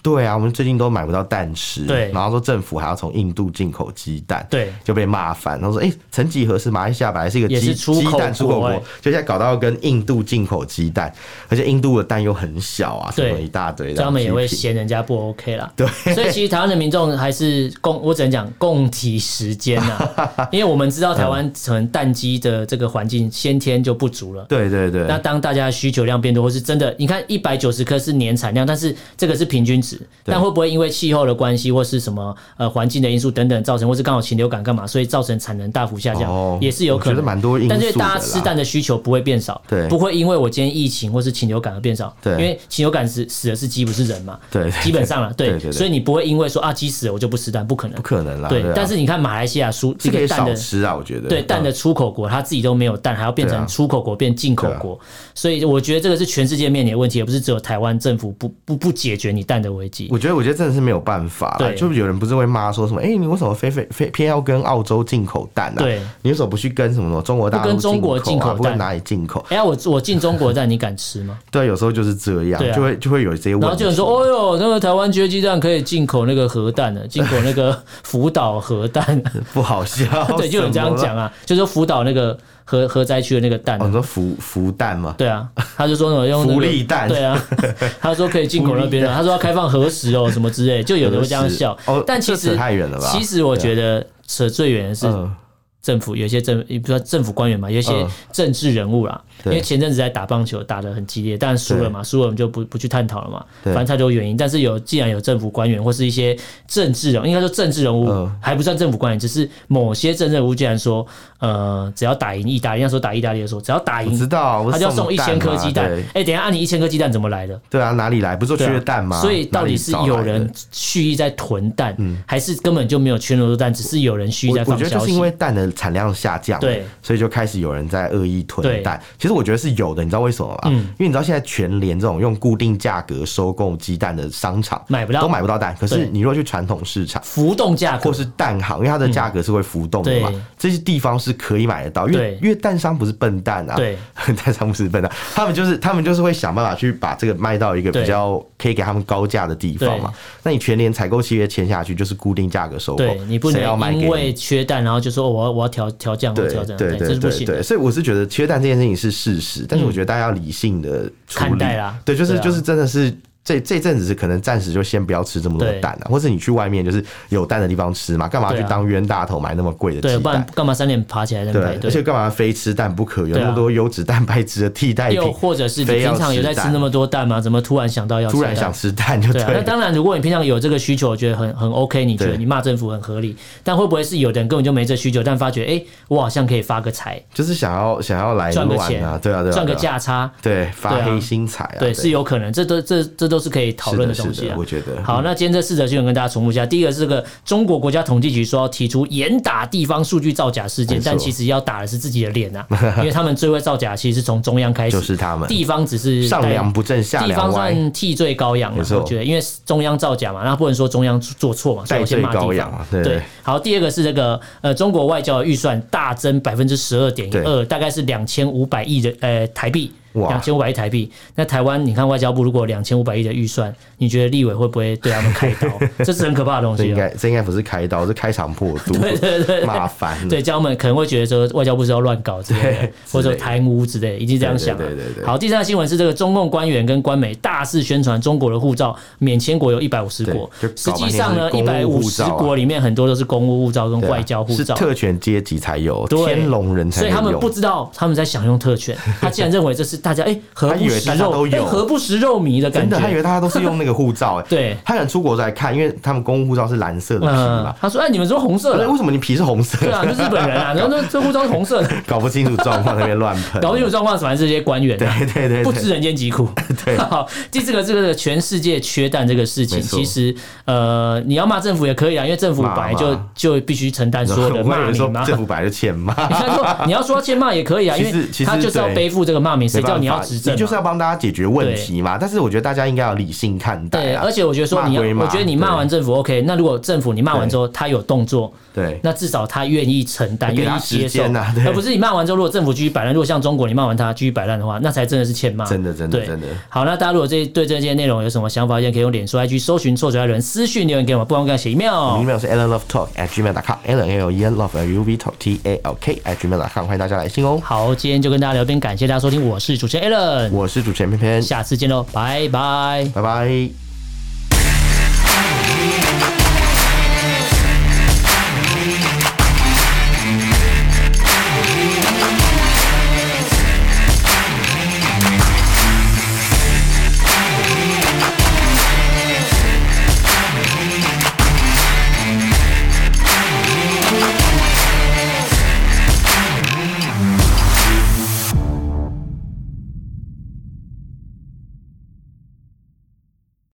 S1: 对啊，我们最近都买不到蛋吃。”
S2: 嗯对
S1: 然后说政府还要从印度进口鸡蛋，
S2: 对
S1: 就被骂翻。他说：“哎、曾几何时，马来西亚本来是一个
S2: 也
S1: 鸡
S2: 是出口
S1: 鸡蛋出口国，
S2: 国哎
S1: 就现在搞到跟印度进口鸡蛋，而且印度的蛋又很小啊，什
S2: 对
S1: 么一大堆的，
S2: 所以他们也会
S1: 批评
S2: 嫌人家不 OK 啦。对，所以其实台湾的民众还是共，我只能讲共体时间
S1: (laughs)
S2: 呐，因为我们知道台湾可能蛋鸡的这个环境先天就不足了。
S1: 对对对，
S2: 那当大家需求量变多，或是真的，你看一百九十颗是年产量，但是这个是平均值，但会不会因为气候的关系，或是什么呃环境的因素等等造成，或是刚好禽流感干嘛，所以造成产能大幅下降，
S1: 哦
S2: 也是有
S1: 我觉
S2: 可能。
S1: 得蛮多因素的
S2: 但
S1: 啦
S2: 是大家吃蛋的需求不会变少，
S1: 对
S2: 不会因为我今天疫情或是禽流感而变少，
S1: 对
S2: 因为禽流感死死的是鸡不是人嘛，
S1: 对
S2: 基本
S1: (laughs)
S2: 上了，
S1: 对
S2: 对，
S1: 对对
S2: 所以你不会因为说啊鸡死了我就不吃蛋，不可能，
S1: 不可能啦。
S2: 对
S1: 啊、。
S2: 但是你看马来西亚输
S1: 是
S2: 这
S1: 可
S2: 个
S1: 以
S2: 蛋
S1: 少
S2: 的
S1: 吃啊，我觉得
S2: 对蛋
S1: 嗯
S2: 的出口国，他自己都没有蛋，还要变
S1: 对啊啊
S2: 成出口国变进口国，所以我觉得这个是全世界面临的问题，也不是只有台湾政府不不不解决你蛋的危机。
S1: 我觉得，我觉得真的是没有办法啦。
S2: 对
S1: 就有人不是会骂说什么？哎、你为什么非非非偏要跟澳洲进口蛋呢、啊？
S2: 对，
S1: 你为什么不去跟什么什么中国大陆
S2: 不跟中国
S1: 进口啊
S2: 进口蛋
S1: 不跟哪里进口？
S2: 哎呀，我我进中国蛋，你敢吃
S1: (laughs)
S2: 吗？
S1: 对，有时候就是这样，
S2: 对啊
S1: 就会就会有这些问题。
S2: 然后就有人说，哦哟，那个台湾缺鸡蛋可以进口那个核弹的，进口那个 (laughs) 福岛核弹，啊
S1: (laughs) 不好笑，
S2: 对，就有人这样
S1: 什么
S2: 讲啊，就说福岛那个核核灾区的那个蛋
S1: 哦，
S2: 啊
S1: 你。说福福蛋吗？
S2: 对啊，他就说什么用、那个
S1: 福利蛋
S2: 对啊，他说可以进口那
S1: (laughs)
S2: 边
S1: 福利
S2: 了，他说要开放核实哦，什么之类，就有人会这样笑
S1: 核实哦。
S2: 但其
S1: 这
S2: 实
S1: 扯太远了吧啊
S2: 其实我觉得扯最远的是
S1: 嗯，
S2: 政府，有一些政，比如说政府官员嘛，有一些
S1: 嗯
S2: 政治人物啦。
S1: 对
S2: 因为前阵子在打棒球，打得很激烈，但输了嘛，输了我们就不不去探讨了嘛，
S1: 对
S2: 反正太多原因。但是有既然有政府官员或是一些政治人，应该说政治人物、
S1: 嗯
S2: 还不算政府官员，只是某些政治人物竟然说，呃，只要打赢意大利，那时候打意大利的时候，只要打
S1: 我知
S2: 赢。
S1: 道，我
S2: 他就要送一
S1: 蛋
S2: 千颗
S1: 嘛
S2: 鸡蛋
S1: 对，
S2: 哎、等一下，按、你一千颗鸡蛋怎么来的？
S1: 对啊，哪里来？不是说
S2: 对啊
S1: 缺蛋吗？
S2: 所以到底是有
S1: 哪里找来的
S2: 人蓄意在囤蛋，还是根本就没有缺那么多蛋，只是有人蓄意
S1: 我
S2: 在
S1: 我
S2: 放
S1: 觉得
S2: 消
S1: 就是
S2: 息
S1: 因？为蛋的产量下降，
S2: 对，
S1: 所以就开始有人在恶意囤
S2: 对嗯
S1: 蛋。其实我觉得是有的，你知道为什么吗？因为你知道现在全联这种用固定价格收购鸡蛋的商场
S2: 买不到
S1: 都买不到蛋。可是
S2: 对
S1: 你若去传统市场。
S2: 浮动价格
S1: 或是蛋行，因为它的价格是会浮动的嘛，
S2: 对
S1: 这些地方是可以买得到，因为
S2: 对
S1: 因为蛋商不是笨蛋啊，
S2: 对，
S1: (laughs) 蛋商不是笨蛋，他们就是他们就是会想办法去把这个卖到一个比
S2: 对
S1: 较可以给他们高价的地方嘛。那你全年采购契约签下去，就是固定价格收购
S2: 对，你不
S1: 谁要卖
S2: 能
S1: 给
S2: 因
S1: 你
S2: 为缺蛋，然后就说哦我要我要调调降，我
S1: 对
S2: 调整，
S1: 对
S2: 哦这
S1: 对
S2: 是不
S1: 对
S2: 行的嗯
S1: 对，。所以我是觉得缺蛋这件事情是事实，但是我觉得大家要理性的处理
S2: 看待啦
S1: 对，就是
S2: 对啊
S1: 就是真的是。这这阵子是可能暂时就先不要吃这么多的
S2: 对
S1: 蛋啊，或是你去外面就是有蛋的地方吃嘛，干嘛
S2: 对
S1: 去
S2: 啊
S1: 当冤大头买那么贵的
S2: 对，
S1: 鸡
S2: 不然
S1: 蛋？
S2: 干嘛三点爬起来在那
S1: 对，
S2: 边排
S1: 而且
S2: 队？
S1: 干嘛非吃蛋不可？有
S2: 对啊
S1: 那么多优质蛋白质的替代品，
S2: 又或者是你
S1: 非要
S2: 平常有在吃
S1: 蛋
S2: 那么多蛋吗？怎么突然想到要吃
S1: 突然
S2: 蛋
S1: 想吃蛋就对
S2: 对啊，那
S1: 了。
S2: 当然，如果你平常有这个需求，我觉得很很 OK，你觉得
S1: 对
S2: 你骂政府很合理，但会不会是有的人根本就没这需求，但发觉哎、诶我好像可以发个财，
S1: 就是想要想要来
S2: 赚个
S1: 乱
S2: 钱
S1: 啊，对啊，对啊，
S2: 赚个
S1: 对啊，
S2: 价差，
S1: 对，发
S2: 对啊
S1: 黑心财啊，
S2: 对，是有可能，这都这这都是可以讨论
S1: 是的
S2: 东西
S1: 是
S2: 啊
S1: 的我。觉得嗯
S2: 好，那今天这四则新闻跟大家重复一下。第一个是这个中国国家统计局说要提出严打地方数据造假事件
S1: 没，错
S2: 但其实要打的是自己的脸啊，因为他们最会造假，其实是从中央开始，
S1: 就是他们
S2: 地方只是
S1: 上
S2: 代
S1: 梁不正下
S2: 地
S1: 梁
S2: 方
S1: 歪，
S2: 算替罪羔羊嘛啊
S1: 没，错
S2: 我觉得，因为中央造假嘛，那不能说中央做错嘛，所以我先骂地
S1: 代罪羔
S2: 方
S1: 羊啊。对对
S2: 好，第二个是这个呃，中国外交的预算大增百分之十二点二，
S1: 对
S2: 大概是两千五百亿的呃台币。
S1: 哇
S2: 两千五百亿台币，那台湾你看外交部如果两千五百亿的预算，你觉得立委会不会对他们开
S1: (laughs)
S2: 刀？这是很可怕的东
S1: 这
S2: 西、
S1: 应
S2: 啊。
S1: 该这应该不是开刀，是开肠破
S2: (laughs)
S1: 肚，
S2: 对对对
S1: 骂翻了。
S2: 对，这样我们可能会觉得说外交部是要乱搞之类
S1: (laughs)
S2: 的
S1: 对，之
S2: 或者说
S1: 类的
S2: 贪污之类的，已经这样想了。
S1: 对对对对对
S2: 好，第三个新闻是这个中共官员跟官媒大肆宣传中国的护照免签国有一百五十国，
S1: 对
S2: 实
S1: 就搞
S2: 际
S1: 半天
S2: 上呢，
S1: 是
S2: 一
S1: 公
S2: 百
S1: 务
S2: 五
S1: 护
S2: 十
S1: 照啊
S2: 国里面很多都是公务护照跟
S1: 对啊
S2: 外交护
S1: 是
S2: 照。
S1: 特权阶级才有，
S2: 对
S1: 天龙人才
S2: 所
S1: 能
S2: 以他们
S1: 有
S2: 不知道他们在享用
S1: (laughs)
S2: 特权，他竟然认为这是大家哎、何
S1: 他
S2: 不
S1: 以为
S2: 食
S1: 大家
S2: 肉
S1: 都
S2: 哎
S1: 有
S2: 何不食肉糜的感
S1: 真
S2: 觉
S1: 的，他以。为大家都是用那个护照，哎，
S2: (laughs) 对
S1: (laughs) 他想出国来看，因为他们公务护照是蓝色的皮
S2: 嗯
S1: 嘛，，
S2: 他说哎、你们说红色
S1: 那
S2: 的
S1: 为，什么你皮是红色
S2: (laughs) 对啊，
S1: 的？
S2: 就日本人
S1: (laughs)
S2: 啊，然后那这护照是红色的，
S1: 搞不清楚状况，那边乱喷，
S2: 搞不清楚状况，反正是这些官员、啊。
S1: 对对对，
S2: 不
S1: 对
S2: 知人间
S1: (laughs)
S2: 疾苦。 (laughs) 好，第四个，这个全世界缺蛋这个事情，
S1: 没错
S2: 其实呃，你要骂政府也可以啊，因为政府本来就
S1: 骂嘛
S2: 就必须承担所有的
S1: 我以
S2: 骂
S1: 为
S2: 名
S1: 说
S2: 嘛。
S1: 政府本来就欠骂，
S2: (laughs) 你看说你要说欠骂也可以啊，因
S1: 其实
S2: 为
S1: 其实
S2: 他就是要
S1: 对
S2: 背负这个骂名，谁
S1: 没办
S2: 叫
S1: 法
S2: 你要执政嘛？啊
S1: 你就是要帮大家解决问题嘛。但是我觉得大家应该要理性看待
S2: 对，
S1: 啊。
S2: 而且我觉得说你要，
S1: 骂归骂
S2: 我觉得你骂完政府 OK，那如果政府你骂完之后他有动作，
S1: 对
S2: 那至少他愿意承担，
S1: 给
S2: 愿
S1: 他
S2: 意接
S1: 时
S2: 受
S1: 间，啊对
S2: 而不是你骂完之后，如果政府继续摆烂，如果像中国你骂完他继续摆烂的话，那才真的是欠骂。
S1: 真的真的
S2: 对
S1: 真的
S2: 好，那大家如果这对这些内容有什么想法，也可以用脸书 IG 搜寻臭嘴爱人私讯留言给我们，不妨给我写 email。
S1: email 是 alan love talk at gmail com alan l e n love l u v talk t a l k at gmail com，欢迎大家来信哦。
S2: 好，今天就跟大家聊这边，感谢大家收听，我是主持人 Alan，
S1: 我是主持人偏偏，
S2: 下次见喽，拜拜。
S1: 拜拜。